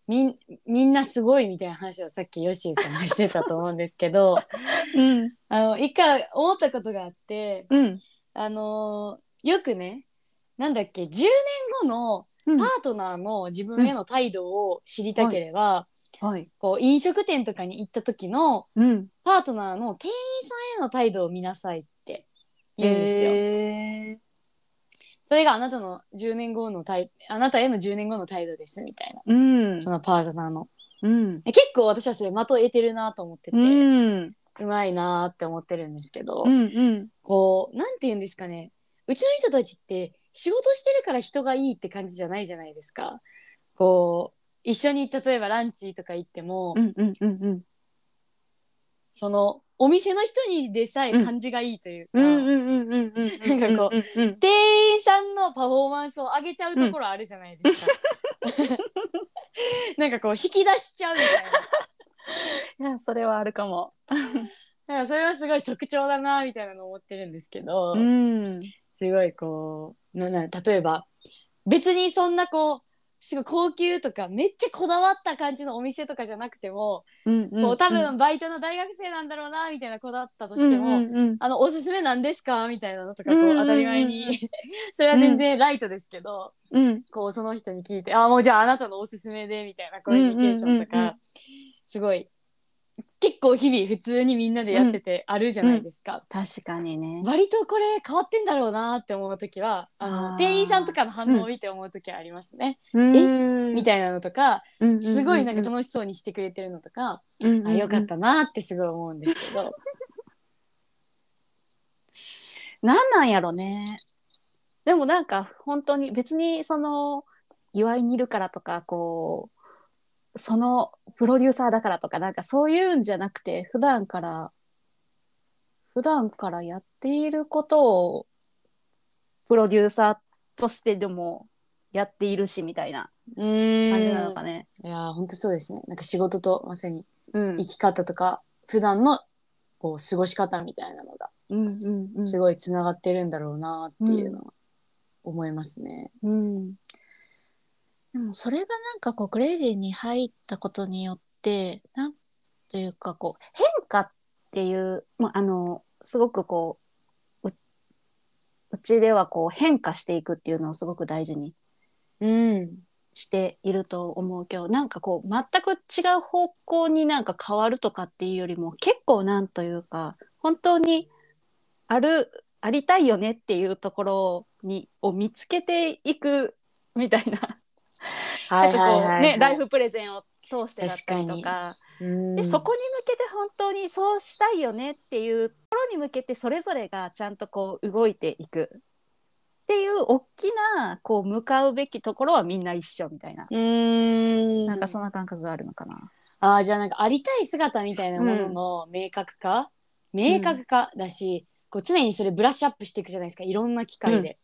S1: みんみんなすごいみたいな話をさっきヨッシーさんがしてたと思うんですけ ど
S2: うん
S1: あの一回思ったことがあって
S2: うん
S1: あのーよくねなんだっけ10年後のパートナーの自分への態度を知りたければ、
S2: はい
S1: こう飲食店とかに行った時の
S2: うん
S1: パートナーの店員さんへの態度を見なさいって言
S2: 言
S1: う
S2: うん
S1: で
S2: んですす
S1: よ。
S2: よ。
S1: それがあなたの10年後の態あなたへの10年後の態度ですみたいな
S2: うん
S1: そのパートナーの。
S2: うん
S1: 結構私はそれ的を得てるなと思ってて、
S2: う
S1: うんまいなって思ってるんですけど。
S2: うん
S1: こう、なんて言うんですかね。うちの人たちって仕事してるから人がいいって感じじゃないじゃないですか。こう、一緒に例えばランチとか行っても、
S2: うんうんうん
S1: その、お店の人にでさえ感じがいいというか、
S2: うんうんうん
S1: なんかこ
S2: ううん
S1: 店員さんのパフォーマンスを上げちゃうところあるじゃないですか。 なんかこう、引き出しちゃうみたいな。
S2: いやそれはあるかも。
S1: なんかそれはすごい特徴だな、みたいなのを思ってるんですけど。
S2: ん
S1: すごいこうなな例えば別にそんなこうすごい高級とかめっちゃこだわった感じのお店とかじゃなくても、
S2: うんうん
S1: こう多分バイトの大学生なんだろうなみたいな子だったとしても、
S2: うんうん
S1: あのおすすめなんですかみたいなのとかこ
S2: うんう
S1: うん
S2: うん
S1: 当たり前に それは全然ライトですけど、
S2: うんうん
S1: こうその人に聞いて「あもうじゃああなたのおすすめで」みたいなコミュニケーションとか、
S2: うんうんうんうん
S1: すごい結構日々普通にみんなでやっててあるじゃないですか。
S2: 確かにね。
S1: 割とこれ変わってんだろうなって思う時はあの
S2: あー
S1: 店員さんとかの反応を見て思う時はありますね、
S2: え
S1: みたいなのとか
S2: い
S1: すごいなんか楽しそうにしてくれてるのとか、あよかったなってすごい思うんですけど、
S2: なんなんやろね。でもなんか本当に別にその祝いにいるからとかこうそのプロデューサーだからとかなんかそういうんじゃなくて普段から普段からやっていることをプロデューサーとしてでもやっているしみたいな
S1: うーん
S2: 感じなのかね。
S1: いや本当そうですねなんか仕事とまさに
S2: うん
S1: 生き方とか普段のこう過ごし方みたいなのが
S2: うんうんうん
S1: すごいつながってるんだろうなっていうのは思いますね。
S2: うん、でもそれがなんかこうクレイジーに入ったことによってなんというかこう変化っていう、まあ、あのすごくこうううちではこう変化していくっていうのをすごく大事に
S1: うん、
S2: していると思うけどなんかこう全く違う方向になんか変わるとかっていうよりも結構なんというか本当にあるありたいよねっていうところにを見つけていくみたいな
S1: は
S2: なんかこうねライフプレゼンを通してだったりと
S1: 確
S2: か
S1: うん
S2: でそこに向けて本当にそうしたいよねっていうところに向けてそれぞれがちゃんとこう動いていくっていう大きなこう向かうべきところはみんな一緒みたいな、
S1: うーん
S2: なんかそんな感覚があるのかな。
S1: ああじゃあなんかありたい姿みたいなものの明確化、明確化だし、こう常にそれブラッシュアップしていくじゃないですかいろんな機会で、っ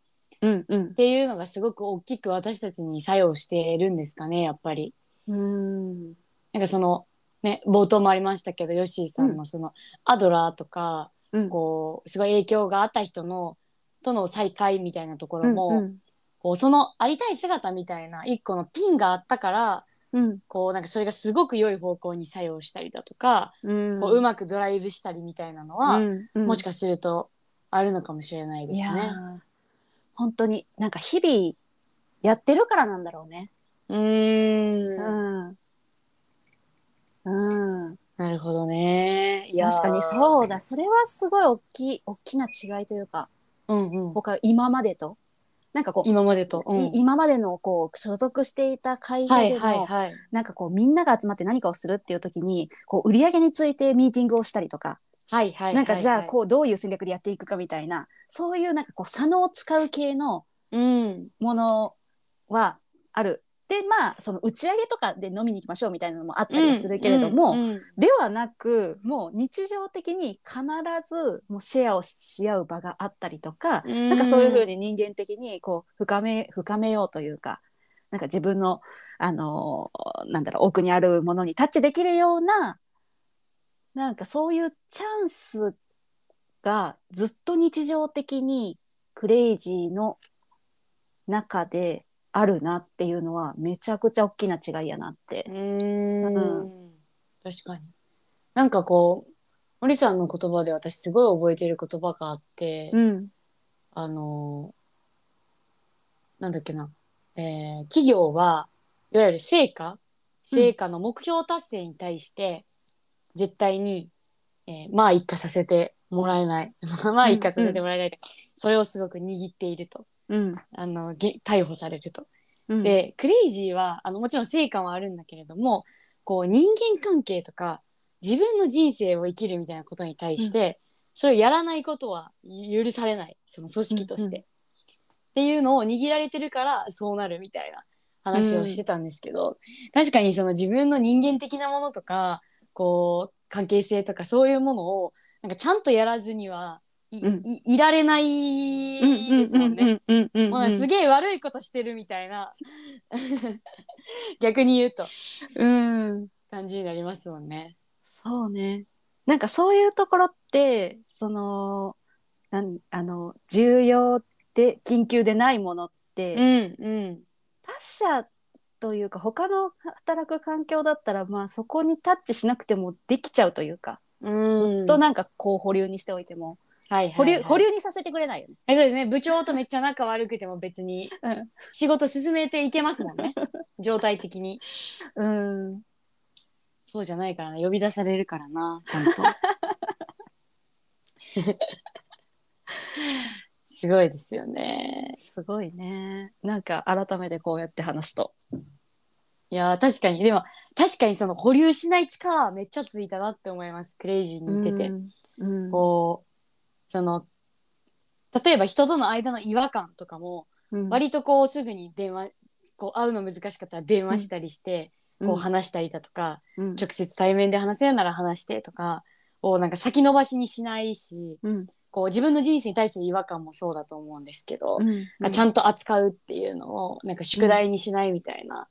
S2: うんうん
S1: ていうのがすごく大きく私たちに作用してるんですかねやっぱり。
S2: うん
S1: なんかそのね冒頭もありましたけどヨッシーさんのその、アドラーとか
S2: うん
S1: こうすごい影響があった人のとの再会みたいなところも、
S2: うん
S1: こうそのありたい姿みたいな一個のピンがあったから
S2: うん
S1: こうなんかそれがすごく良い方向に作用したりだとか、
S2: うん
S1: こううまくドライブしたりみたいなのは、
S2: うんうん
S1: もしかするとあるのかもしれないで
S2: い
S1: す
S2: や
S1: ね。
S2: ー本当になんか日々やってるからなんだろうね。
S1: うーん。
S2: うん。うん。
S1: なるほどね。いやー
S2: 確かにそうだ。それはすごい大きい、大きな違いというか、
S1: うんうん。
S2: 他、今までと。なんかこう、
S1: 今までと。うん
S2: い今までのこう、所属していた会社
S1: は
S2: で
S1: い
S2: の、
S1: はいはい。
S2: なんかこう、みんなが集まって何かをするっていう時に、こう、売り上げについてミーティングをしたりとか、
S1: はいはい。
S2: なんかじゃあこうどういう戦略でやっていくかみたいなそういうなんかこう差の使う系の
S1: う。うん。
S2: ものはある。でまあその打ち上げとかで飲みに行きましょうみたいなのもあったりはするけれども、
S1: うんうんうん
S2: ではなくもう日常的に必ずもうシェアをし合う場があったりとか、
S1: うん
S2: なんかそういうふうに人間的にこう深め深めようというかなんか自分の、あのーなんだろう奥にあるものにタッチできるようななんかそういうチャンスがずっと日常的にクレイジーの中であるなっていうのはめちゃくちゃ大きな違いやなって
S1: う。ーん確かに。なんかこう、森さんの言葉で私すごい覚えてる言葉があって、
S2: うん、
S1: あのー、なんだっけな、えー企業はいわゆる成果、成果の目標達成に対して、絶対に、えーまあ一過させてもらえない。 まあ一過させてもらえない、それをすごく握っていると。
S2: うん
S1: あの、げ逮捕されると。
S2: うん、
S1: でクレイジーはあのもちろん成果はあるんだけれどもこう人間関係とか自分の人生を生きるみたいなことに対して、それをやらないことは許されないその組織として、
S2: うんう
S1: っていうのを握られてるからそうなるみたいな話をしてたんですけど、確かにその自分の人間的なものとかこう関係性とかそういうものをなんかちゃんとやらずにはい,い、
S2: うん
S1: いられないですもんね。
S2: うんうんうんうんうんうん
S1: もうすげえ悪いことしてるみたいな 逆に言うと
S2: うん
S1: 感じになりますもんね。
S2: そうねなんかそういうところってその何あの重要で緊急でないものって、
S1: んうん
S2: 他者というか他の働く環境だったらまあそこにタッチしなくてもできちゃうというか、
S1: うん。ずっ
S2: と
S1: とな、
S2: なんかこう保留にしておいても
S1: はいはいはい
S2: 保留,、保留にさせてくれないよね。
S1: はいそうですね部長とめっちゃ仲悪くても別に
S2: うん
S1: 仕事進めていけますもんね状態的に
S2: うん
S1: そうじゃないからな呼び出されるからなちゃんとすごいですよね
S2: すごいねなんか改めてこうやって話すと。
S1: いやー確かにでも確かにその保留しない力はめっちゃついたなって思いますクレイジーに似てて、
S2: うんうん
S1: こうその例えば人との間の違和感とかも、
S2: うん
S1: 割とこうすぐに電話こう会うの難しかったら電話したりして、こう話したりだとか、
S2: うん
S1: 直接対面で話せるなら話してとかをなんか先延ばしにしないし
S2: うん
S1: こう自分の人生に対する違和感もそうだと思うんですけど、
S2: うん
S1: ちゃんと扱うっていうのをなんか宿題にしないみたいな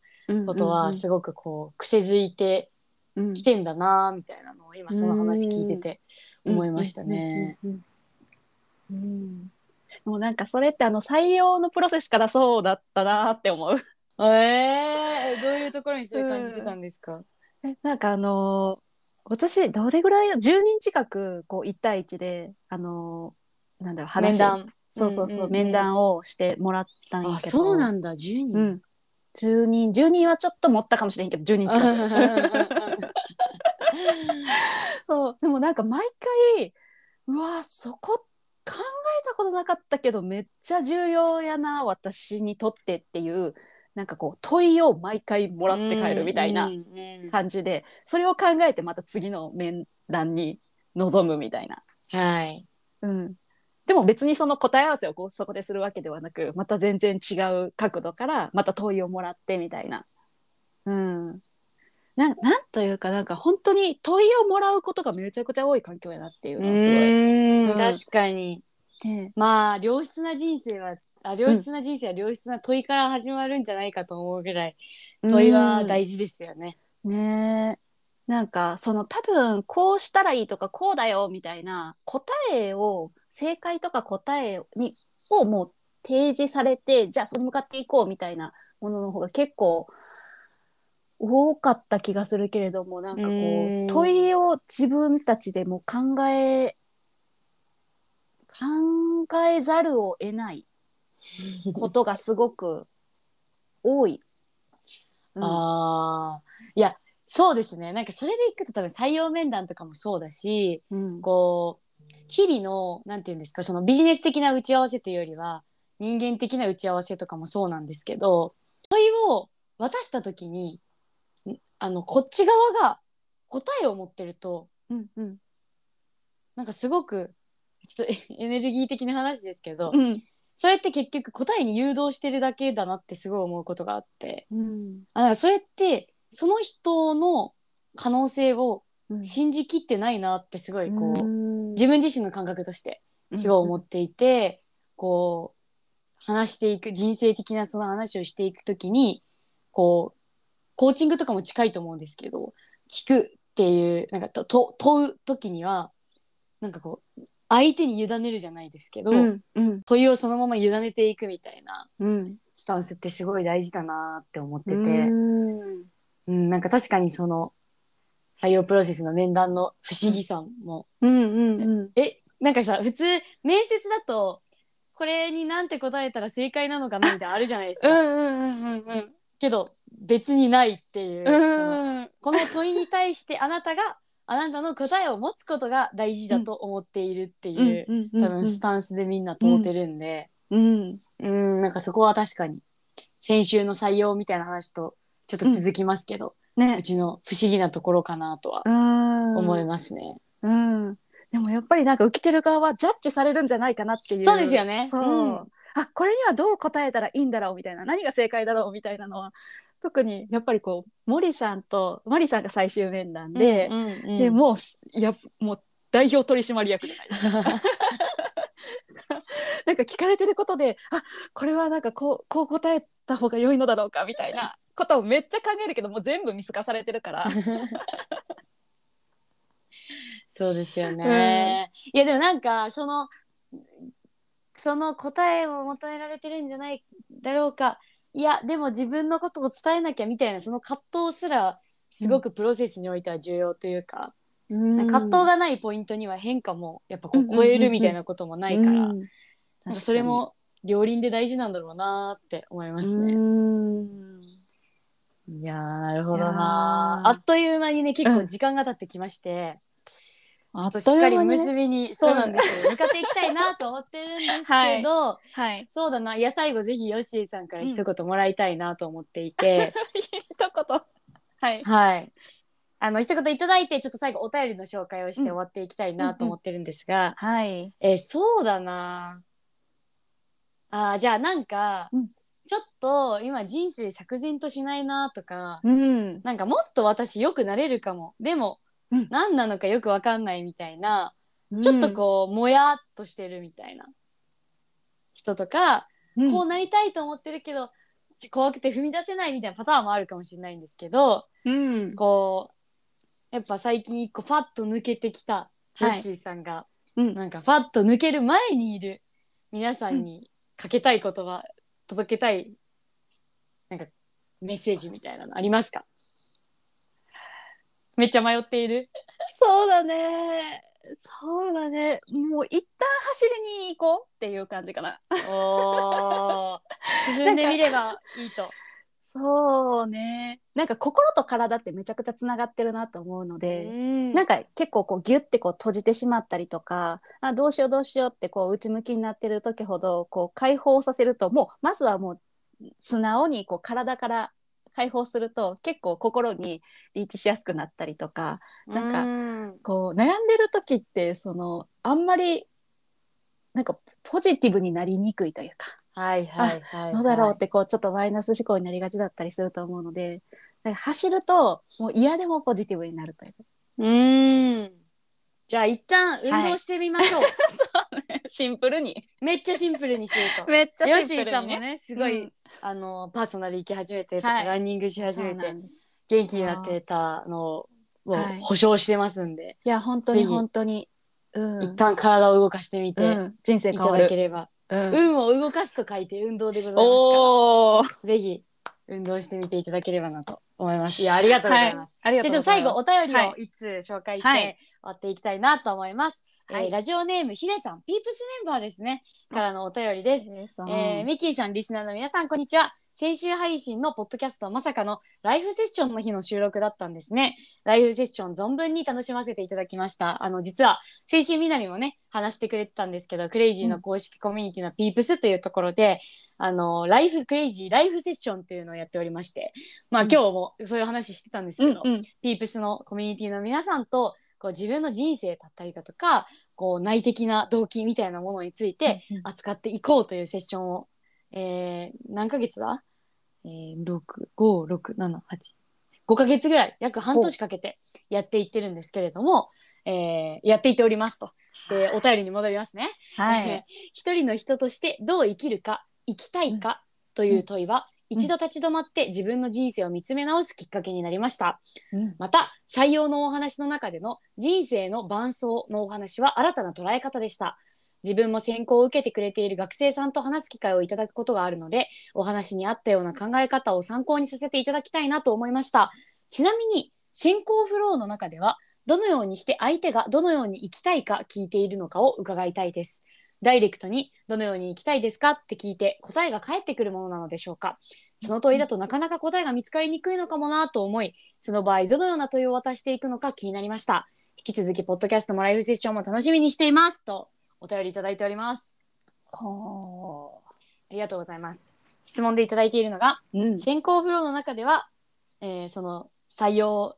S1: ことはすごくこう癖づいて
S2: うん
S1: きてんだなみたいなのを今その話聞いてて思いましたね。。
S2: うんうんうんうんうんもうなんかそれってあの採用のプロセスからそうだったなって思 う。
S1: えー、どういうところにそれ感じてたんですか。
S2: なんかあのー私どれぐらい10人近くこう1対1であのーなんだろう話
S1: 面
S2: を
S1: 談。
S2: そうそうそう、
S1: うんうんうん
S2: 面談をしてもらったんやけど
S1: あ、そうなんだ。十人。
S2: うん10人10人はちょっと持ったかもしれんけど10人近 くそうでもなんか毎回うわそこ考えたことなかったけどめっちゃ重要やな私にとってっていうなんかこう問いを毎回もらって帰るみたいな
S1: うんうん
S2: 感じでそれを考えてまた次の面談に臨むみたいな。
S1: はい。
S2: うん、でも別にその答え合わせをこうそこでするわけではなくまた全然違う角度からまた問いをもらってみたいな。うんななんというかなんか本当に問いをもらうことがめちゃくちゃ多い環境やなっていうのはすごい。
S1: う
S2: うん
S1: ん確かに。
S2: ね
S1: まあ良質な人生は。あ良質な人生は良質な問いから始まるんじゃないかと思うぐらい問いは大事ですよね。
S2: ねえなんかその多分こうしたらいいとかこうだよみたいな答えを正解とか答えにをもう提示されてじゃあそれに向かっていこうみたいなものの方が結構多かった気がするけれどもなんかこ
S1: うーん
S2: う問いを自分たちでも考え 考えざるを得ないことがすごく多い。うん
S1: ああいやそうですねなんかそれでいくと多分採用面談とかもそうだし
S2: うん
S1: こう日々のなんていうんですかそのビジネス的な打ち合わせというよりは人間的な打ち合わせとかもそうなんですけど問いを渡した時にんあのこっち側が答えを持ってると
S2: うんうん
S1: なんかすごくちょっとえエネルギー的な話ですけど、
S2: うん
S1: それって結局答えに誘導してるだけだなってすごい思うことがあって
S2: うん
S1: あなんかそれってその人の可能性を
S2: うん
S1: 信じきってないなってすごいこう、
S2: うん
S1: 自分自身の感覚としてすごい思っていて、こう話していく人生的なその話をしていくときにこうコーチングとかも近いと思うんですけど聞くっていうなんかとと問う時にはなんかこう相手に委ねるじゃないですけど、
S2: うんうん
S1: 問いをそのまま委ねていくみたいな
S2: うん
S1: スタンスってすごい大事だなって思ってて、うん
S2: うん
S1: なんか確かにその採用プロセスの面談の不思議さも
S2: うんうん
S1: えなんかさ普通面接だとこれになんて答えたら正解なの かなみたいなのあるじゃないです
S2: う
S1: か、
S2: んうんうん
S1: けど別にないっていう、その
S2: うん
S1: この問いに対してあなたがあなたの答えを持つことが大事だと思っているっていう、
S2: うん
S1: 多分スタンスでみんな通ってるんで
S2: うん
S1: うんなんかそこは確かに先週の採用みたいな話とちょっと続きますけど、う
S2: ね
S1: ちの不思議なところかなとは
S2: うん
S1: 思いますね。
S2: うん、でもやっぱりなんか受けてる側はジャッジされるんじゃないかなっていう
S1: そうですよね
S2: そう、
S1: うん
S2: あこれにはどう答えたらいいんだろうみたいな何が正解だろうみたいなのは特にやっぱりこう森さんとマリさんが最終面談で、
S1: うんうんうん
S2: で もうすいやもう代表取締役じゃないですか なんか聞かれてることであこれはなんかこうこう答えた方が良いのだろうかみたいなことをめっちゃ考えるけどもう全部見透かされてる から。
S1: そうですよね。いやでもなんかそのその答えを求められてるんじゃないだろうかいやでも自分のことを伝えなきゃみたいなその葛藤すらすごくプロセスにおいては重要というか,、なんか葛藤がないポイントには変化もやっぱこ
S2: うん
S1: う
S2: うんうん
S1: 超
S2: うん
S1: えるみたいなこともないから、
S2: うん
S1: なんかそれも両輪で大事なんだろうなって思いますね。
S2: うん
S1: いやーなるほど
S2: い
S1: な
S2: や
S1: あ
S2: ー
S1: っという間にね結
S2: う
S1: 構
S2: ん
S1: 時間が経ってきまして。
S2: あ
S1: ちょっ
S2: っ
S1: と
S2: と
S1: しっ
S2: い
S1: か
S2: う
S1: り
S2: 間にね
S1: 結びに、そうなんですよ向かっていきたいなと思ってるんです
S2: は
S1: けど、
S2: はい。
S1: そうだないや最後ぜひヨッシーさんから一言もらいたいなと思っていて、
S2: 一言。はい。
S1: はいあの一言いただいてちょっと最後お便りの紹介をして終わっていきたいなと思ってるんですが、
S2: はい。
S1: えーそうだなあーじゃあなんか、
S2: うん
S1: ちょっと今人生釈然としないなとか、
S2: うん。
S1: なんかもっと私良くなれるかもでも、
S2: うん
S1: 何なのかよくわかんないみたいな
S2: ち
S1: ち
S2: ょ
S1: ょ
S2: っ
S1: っ
S2: と
S1: と
S2: こ
S1: こう、もやっとしてるみたいな人とか、
S2: う、
S1: こ
S2: こ
S1: うなりたいと思ってるけど怖くて踏み出せないみたいなパターンもあるかもしれないんですけど
S2: う、うん。
S1: こうやっぱ最近一個ファッと抜けてきた
S2: い
S1: ヨッシーさんが、
S2: うん
S1: なんかファッと抜ける前にいる皆さんにかけたい言葉、届けたいなんかメッセージみたいなのありますかめっちゃ迷っている
S2: そうだね。そうだね。もう一旦走りに行こうっていう感じかな。
S1: おー 進んでみればいいと。
S2: そうね。なんか心と体ってめちゃくちゃつながってるなと思うので。
S1: な
S2: なんか結構こうギュッてこう閉じてしまったりとかあどうしようどうしようってこう内向きになってる時ほどこう解放させるともうまずはもう素直にこう体から解放すると結構心にリーチしやすくなったりとかなんか
S1: か
S2: こう悩んでる時ってそのあんまりなんかポジティブになりにくいというか
S1: はいはいはい。
S2: どうだろうってこうちょっとマイナス思考になりがちだったりすると思うのでなんか走るともう嫌でもポジティブになる というか
S1: うん。じゃあ一旦運動してみましょう。
S2: シンプルに。
S1: めっちゃシンプルにする と。
S2: めっち
S1: ヨ
S2: ゃ
S1: ッ
S2: シ
S1: シ
S2: ンプ
S1: ー
S2: ル
S1: さ
S2: に
S1: ん
S2: ね
S1: もねすごい、
S2: うん
S1: あのパーソナル行き始めてとか、
S2: はい
S1: ランニングし始
S2: そう
S1: め
S2: な
S1: て
S2: んです
S1: 元気になってたのを
S2: はい
S1: 保証してますんで、
S2: いや本当
S1: ぜ
S2: に
S1: ひ
S2: 本当に、うん、
S1: 一旦体を動かしてみ
S2: う
S1: て
S2: ん、人生
S1: い
S2: 変
S1: た
S2: わ
S1: だ
S2: る
S1: ければ、
S2: うん
S1: 運を動かすと書いて運動でございますから。
S2: おお
S1: ぜひ運動してみていただければなと思います。いやありがとうございます。
S2: ありが
S1: じ
S2: と
S1: ゃ
S2: う
S1: あちょ
S2: ご
S1: っと
S2: ざい
S1: 最後
S2: ます
S1: お便り
S2: は
S1: を
S2: い
S1: 一通紹介して
S2: は
S1: 終
S2: い
S1: わっていきたいなと思います。
S2: はい
S1: えーラジオネームひねさん、ピープスメンバーですね、からのお便りです。
S2: です
S1: えーミッキーさん、リスナーの皆さん、こんにちは。先週配信のポッドキャストはまさかのライフセッションの日の収録だったんですね。ライフセッション存分に楽しませていただきました。あの、実は先週みなみもね、話してくれてたんですけど、クレイジーの公式コミュニティのピープスというところで、あの、ライフ、クレイジーライフセッションというのをやっておりまして、まあ
S2: うん
S1: 今日もそういう話してたんですけど、
S2: うんうん
S1: ピープスのコミュニティの皆さんとこう自分の人生だったりだとかこう内的な動機みたいなものについて
S2: うんうん
S1: 扱っていこうというセッションを、えー何ヶ月だ、えー、?65678 5ヶ月ぐらい約半年かけてやっていってるんですけれども、えーやっていっておりますと。でお便りに戻りますね。
S2: はい。
S1: 一人の人としてどう生きるか生きたいかという問いは、
S2: ん
S1: 一度立ち止まって自分の人生を見つめ直すきっかけになりました。
S2: うん
S1: また採用のお話の中での人生の伴走のお話は新たな捉え方でした自分も選考を受けてくれている学生さんと話す機会をいただくことがあるのでお話にあったような考え方を参考にさせていただきたいなと思いましたちなみに選考フローの中ではどのようにして相手がどのように生きたいか聞いているのかを伺いたいですダイレクトにどのように生きたいですかって聞いて答えが返ってくるものなのでしょうかその問いだとなかなか答えが見つかりにくいのかもなと思いその場合、どのような問いを渡していくのか気になりました。引き続き、ポッドキャストもライフセッションも楽しみにしています。と、お便りいただいております。
S2: ほ
S1: ありがとうございます。質問でいただいているのが、
S2: う。うん。
S1: 選考フローの中では、えーその採用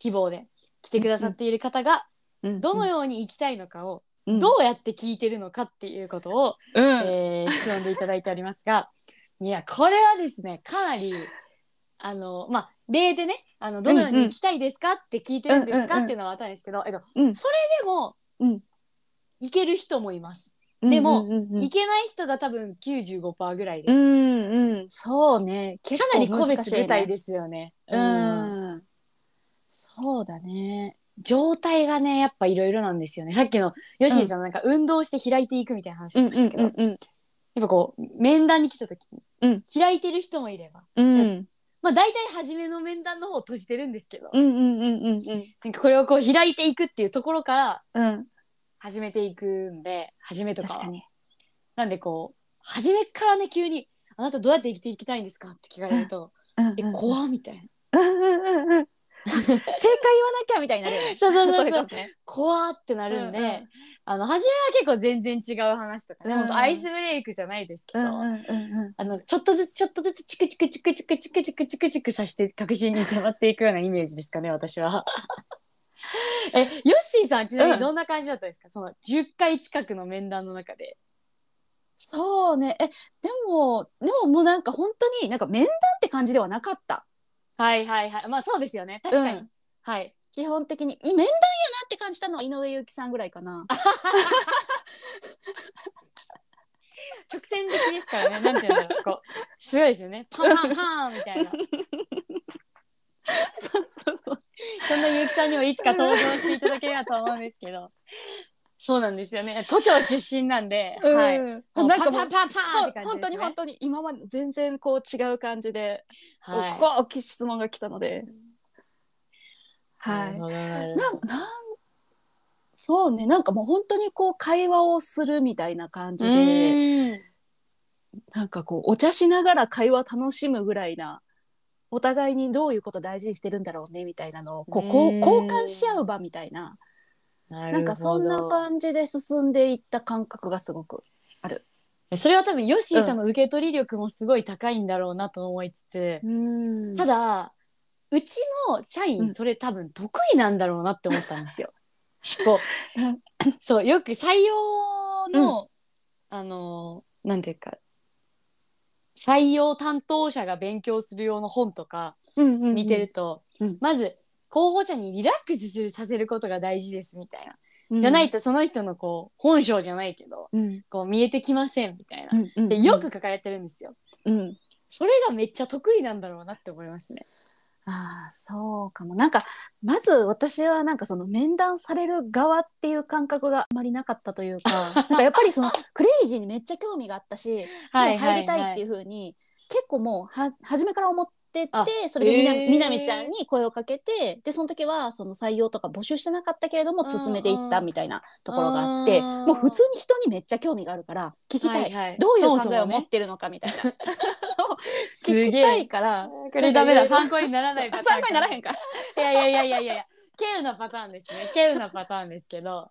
S1: 希望で来てくださっている方が、どの
S2: よ
S1: ように生きたいのかを、
S2: うん
S1: どうやって聞いてるのかっていうことを、
S2: うん。
S1: えー質問でいただいておりますがいやこれはですねかなりあのまあ例でねあのどのように行きたいですかって聞いてるんです
S2: うんうんう
S1: か
S2: ん
S1: っていうのは分かるんですけど、えっと
S2: うん
S1: それでも、
S2: うん
S1: いける人もいます。
S2: で
S1: で
S2: も
S1: も、
S2: うんうん
S1: いけない人が多分95%ぐらいで
S2: う
S1: す。
S2: んうん。そうね。結
S1: か
S2: 構
S1: なり個
S2: 難
S1: 別
S2: しいね
S1: 具体ですよね。うん
S2: うん。そうだね。
S1: 状態がねやっぱいろいろなんですよね。さっきのヨッシーさんなんか運動して開いていくみたいな話
S2: う
S1: も
S2: ん
S1: し
S2: う
S1: まし
S2: ん
S1: たけど、
S2: うんうん
S1: やっぱこう面談に来た時に、
S2: うん
S1: 開いてる人もいれば
S2: うん
S1: まあ大体初めの面談の方を閉じてるんですけど、
S2: うんうんうんうんうん
S1: なんかこれをこう開いていくっていうところから
S2: うん。
S1: 始めていくんで、初めとかは
S2: 確かに。
S1: なんでこう、初めからね、急に、あなたどうやって生きていきたいんですかって聞かれると、
S2: うんうん
S1: え、怖っみたいな。
S2: うんうんうんうん。正解言わなきゃみたいになるよね。
S1: そうそうそうそう
S2: れこね
S1: 怖ってなるんで、
S2: うんうん
S1: あの、初めは結構全然違う話とかね、
S2: うん
S1: ほんとアイスブレイクじゃないですけ
S2: う
S1: ど、
S2: んうんうんうん。
S1: あの、ちょっとずつちょっとずつチクチクチクチクチクチクチクチクさして確信に迫っていくようなイメージですかね、私は。 え、ヨッシーさん、ちなみにどんな感じだったんですか、その10回近くの面談の中で。
S2: そうね。え、でも、でももうなんか本当になんか面談って感じではなかった。
S1: はいはいはい。まあそうですよね。確かに。
S2: うん
S1: はい。
S2: 基本的に、い面談やなって感じたのは井上由紀さんぐらいかな。
S1: 直線的ですから ね。なんていうんだろう。こう、すごいですよ ね。パンパンパンみたいな。
S2: そうそうそう。
S1: そんな結城さんにもいつか登場していただければと思うんですけど。そうなんですよね。都庁出身なんで。はい。
S2: う
S1: も
S2: ん。
S1: う
S2: なん
S1: パ
S2: か
S1: ン
S2: も
S1: パ
S2: う
S1: ン。パンパンって感じです、ね。
S2: 本当に本当に今まで全然こう違う感じで、
S1: はい。
S2: こうこう質問が来たので、は
S1: はいい。。
S2: なんなんそうねなんかもう本当にこう会話をするみたいな感じで
S1: で
S2: なんかこうお茶しながら会話楽しむぐらいなお互いにどういうこと大事にしてるんだろうねみたいなのをこうこう
S1: うん
S2: 交換し合う場みたいな
S1: な
S2: なんかそんな感じで進んでいった感覚がすごく。
S1: じそれは多分ヨッシーさんの受け取り力もすごい高いんだろうなと思いつつ、
S2: うん
S1: ただうちの社
S2: うん
S1: 員それ多分得意なんだろうなって思ったんです よ。こ
S2: うん
S1: うそうよく採用の、あのなんていうか採用担当者が勉強する用の本とか見てると、
S2: うん
S1: まず候補者にリラックスするさせることが大事ですみたいな、
S2: うん
S1: じゃないとその人のこう本性じゃないけど
S2: うん
S1: こう見えてきませんみたいな。
S2: うんうん
S1: でよく書かれてるんですよ。
S2: うん
S1: それがめっちゃ得意なんだろうなって思いますね。
S2: ああそうかもなんかまず私はなんかその面談される側っていう感覚があまりなかったと いうかなんかやっぱりそのクレイジーにめっちゃ興味があったし 入りたいっていう
S1: う。
S2: ふうに結構もうは初めから思って
S1: あ
S2: てそれでみな,、
S1: えー
S2: みなみちゃんに声をかけてでその時はその採用とか募集してなかったけれども進めていったみたいなところがあって、
S1: うんうん
S2: もう普通に人にめっちゃ興味があるから聞きたい。
S1: はいはい
S2: どういう
S1: そも
S2: 考
S1: そ
S2: えを
S1: も
S2: 持っ
S1: ね
S2: てるのかみたいな。
S1: す
S2: 聞き
S1: げ
S2: た
S1: え
S2: い。から
S1: これダメだ。
S2: なんか
S1: 参考にならない
S2: あ
S1: パターン。
S2: 参考にならへんか
S1: いやいやいやいやいやいや。稀有なパターンですね。稀有なパターンですけど。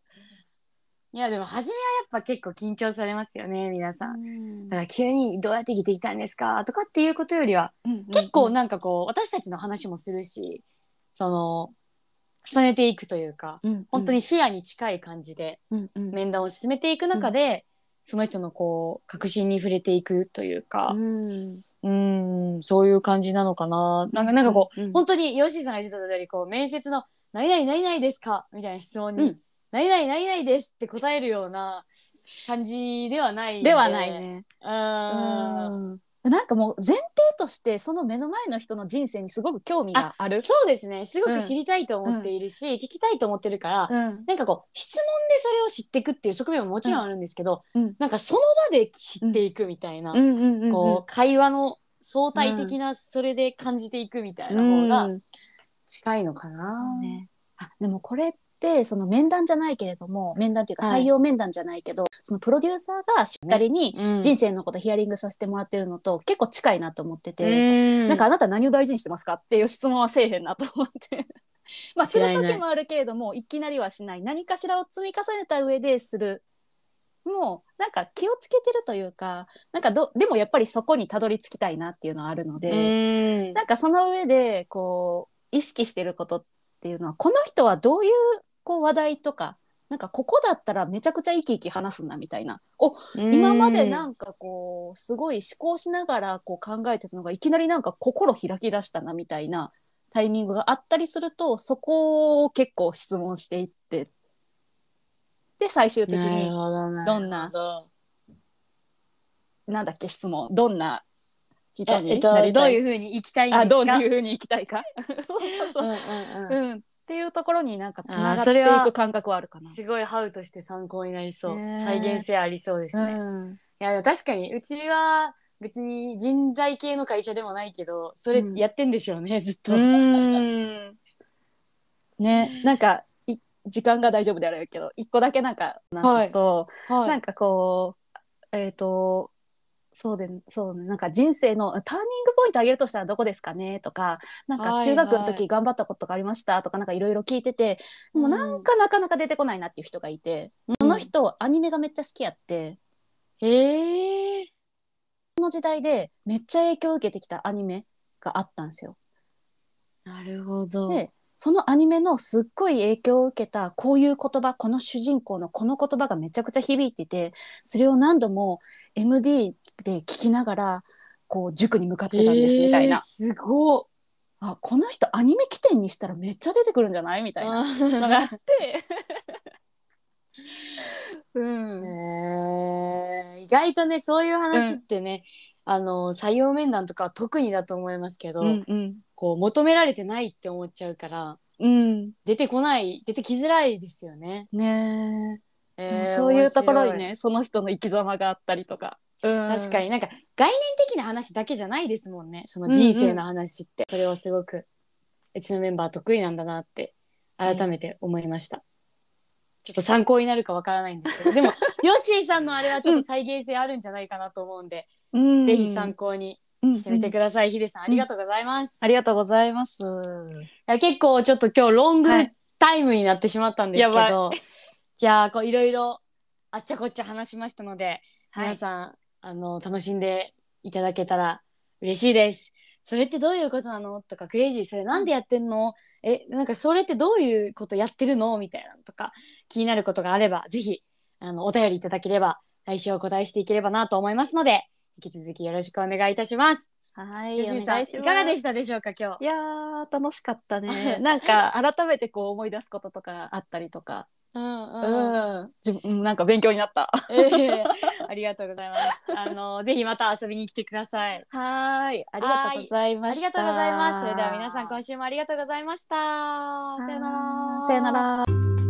S1: いやでも初めはやっぱ結構緊張されますよね皆さん。だから急にどうやって生きてきたんですかとかっていうことよりは結構なんかこう私たちの話もするしその重ねていくというか本当に視野に近い感じで面談を進めていく中で、その人のこう確信に触れていくというかうーんそういう感じなのかななんかなんかこう、
S2: うんうん
S1: 本当に吉井さんが言ってた通りこう面接の「何々何々ですか?」みたいな質問に「
S2: うん
S1: 何々何々です」って答えるような感じではないん
S2: ではない。ね
S1: うーん
S2: うんなんかもう前提としてその目の前の人の人生にすごく興味がある
S1: そうですねすごく知りたいと思っているし、聞きたいと思ってるから、
S2: うん
S1: なんかこう質問でそれを知っていくっていう側面ももちろんあるんですけど、
S2: うん
S1: なんかその場で知っていくみたいな、
S2: うんうんうん
S1: こう会話の相対的なそれで感じていくみたいな方
S2: う
S1: が
S2: ん
S1: 近いのかな。
S2: そうねあでもこれってその面談じゃないけれども面談っていうか
S1: はい
S2: 採用面談じゃないけど、そのプロデューサーがしっかりに
S1: うん
S2: 人生のことヒアリングさせてもらってるのと結構近いなと思ってて、
S1: うん
S2: なんかあなた何を大事にしてますかっていう質問はせえへんなと思って。 まあする
S1: 間違いない
S2: 時もあるけれどもいきなりはしない何かしらを積み重ねた上でするもうなんか気をつけてるというかなんかどでもやっぱりそこにたどり着きたいなっていうのはあるので、
S1: うん
S2: なんかその上でこう意識してることっていうのはこの人はどういうこう話題とかなんかここだったらめちゃくちゃ生き生き話すんだみたいなお今までな
S1: うん
S2: んかこうすごい思考しながらこう考えてたのがいきなりなんか心開き出したなみたいなタイミングがあったりするとそこを結構質問していってで最終的
S1: なる
S2: に
S1: ほどなるほ
S2: どんななんだっけ質問どんな人
S1: ええ
S2: に
S1: っと
S2: なり
S1: ど
S2: た
S1: う
S2: い
S1: いうふうに生きたいんですか。
S2: あどういうふうに生きたいか そうそうそう
S1: うんうんうん
S2: うん、っていうところになんかつ
S1: あ
S2: な
S1: ー
S2: がっ
S1: そ
S2: て
S1: れ
S2: い
S1: は
S2: く感覚はあるかな。
S1: すごいハウとして参考になりそう、
S2: ねえ
S1: 再現性ありそうですね。
S2: うん
S1: いやでも確かにうちは別に人材系の会社でもないけどそれ
S2: うん
S1: やってんでしょう ね、ずっと。
S2: うんねなんかい時間が大丈夫であれけど一個だけなんか話すと、
S1: はい
S2: なんかこうえっ、とそうでそうねなんか人生のターニングポイント挙げるとしたらどこですかねとかなん
S1: はいは
S2: か
S1: い
S2: 中学の時頑張ったことがありましたとかなんかいろいろ聞いてて、もうなんかなかなか出てこないなっていう人がいて、その人アニメがめっちゃ好きやって。
S1: うんへえ
S2: その時代でめっちゃ影響を受けてきたアニメがあったんですよ。
S1: なるほど。
S2: でそのアニメのすっごい影響を受けたこういう言葉この主人公のこの言葉がめちゃくちゃ響いててそれを何度も MD で聞きながらこう塾に向かってたんですみたいな、
S1: へえすごっ。
S2: あこの人アニメ起点にしたらめっちゃ出てくるんじゃないみたいな のがあってうん、
S1: へえ意外とねそういう話ってね、あの採用面談とかは特にだと思いますけど、
S2: うんうん
S1: こう求められてないって思っちゃうから
S2: うん
S1: 出てこない出てきづらいですよね。
S2: ねえ
S1: へえ
S2: そういうところに
S1: 面白い
S2: ねその人の生き様があったりとか、
S1: 確かになんか概念的な話だけじゃないですもんねその人生の話って、それはすごくうちのメンバー得意なんだなって改めて思いました、ちょっと参考になるかわからないん ですけどでもヨッシーさんのあれはちょっと再現性あるんじゃないかなと思うんで、
S2: に
S1: ぜひ参考にしてみて
S2: だ
S1: ください、ヒデさんありがとうございます、
S2: ありがとうございます。
S1: いや結構ちょっと今日ロング
S2: はい
S1: タイムになってしまったんですけど、
S2: や
S1: じゃあこういろいろあっちゃこっちゃ話しましたので
S2: は
S1: 皆
S2: い、
S1: さん、あの楽しんでいただけたら嬉しいです。それってどういうことなのとかクレイジーそれなんでやってんのえなんかそれってどういうことやってるのみたいなのとか気になることがあればぜひあのお便りいただければ来週お答えしていければなと思いますので引き続きよろしくお願いいたします。
S2: はい、
S1: 吉井さん
S2: お願
S1: い
S2: いします。
S1: かがで
S2: し
S1: したでしょうか今日
S2: い。やー楽しかったね。 なんか改めてこう思い出すこととかあったりとか、
S1: うん
S2: う
S1: うん
S2: ん、自分なんか勉強になった。
S1: ええありがとうございます。あのぜひまた遊びに来てください。
S2: はい、ありがとうござい
S1: あ
S2: ま
S1: り
S2: した。
S1: がとうございます。それでは皆さん
S2: こん
S1: 今週もありがとうございました。さよなら。
S2: さよなら。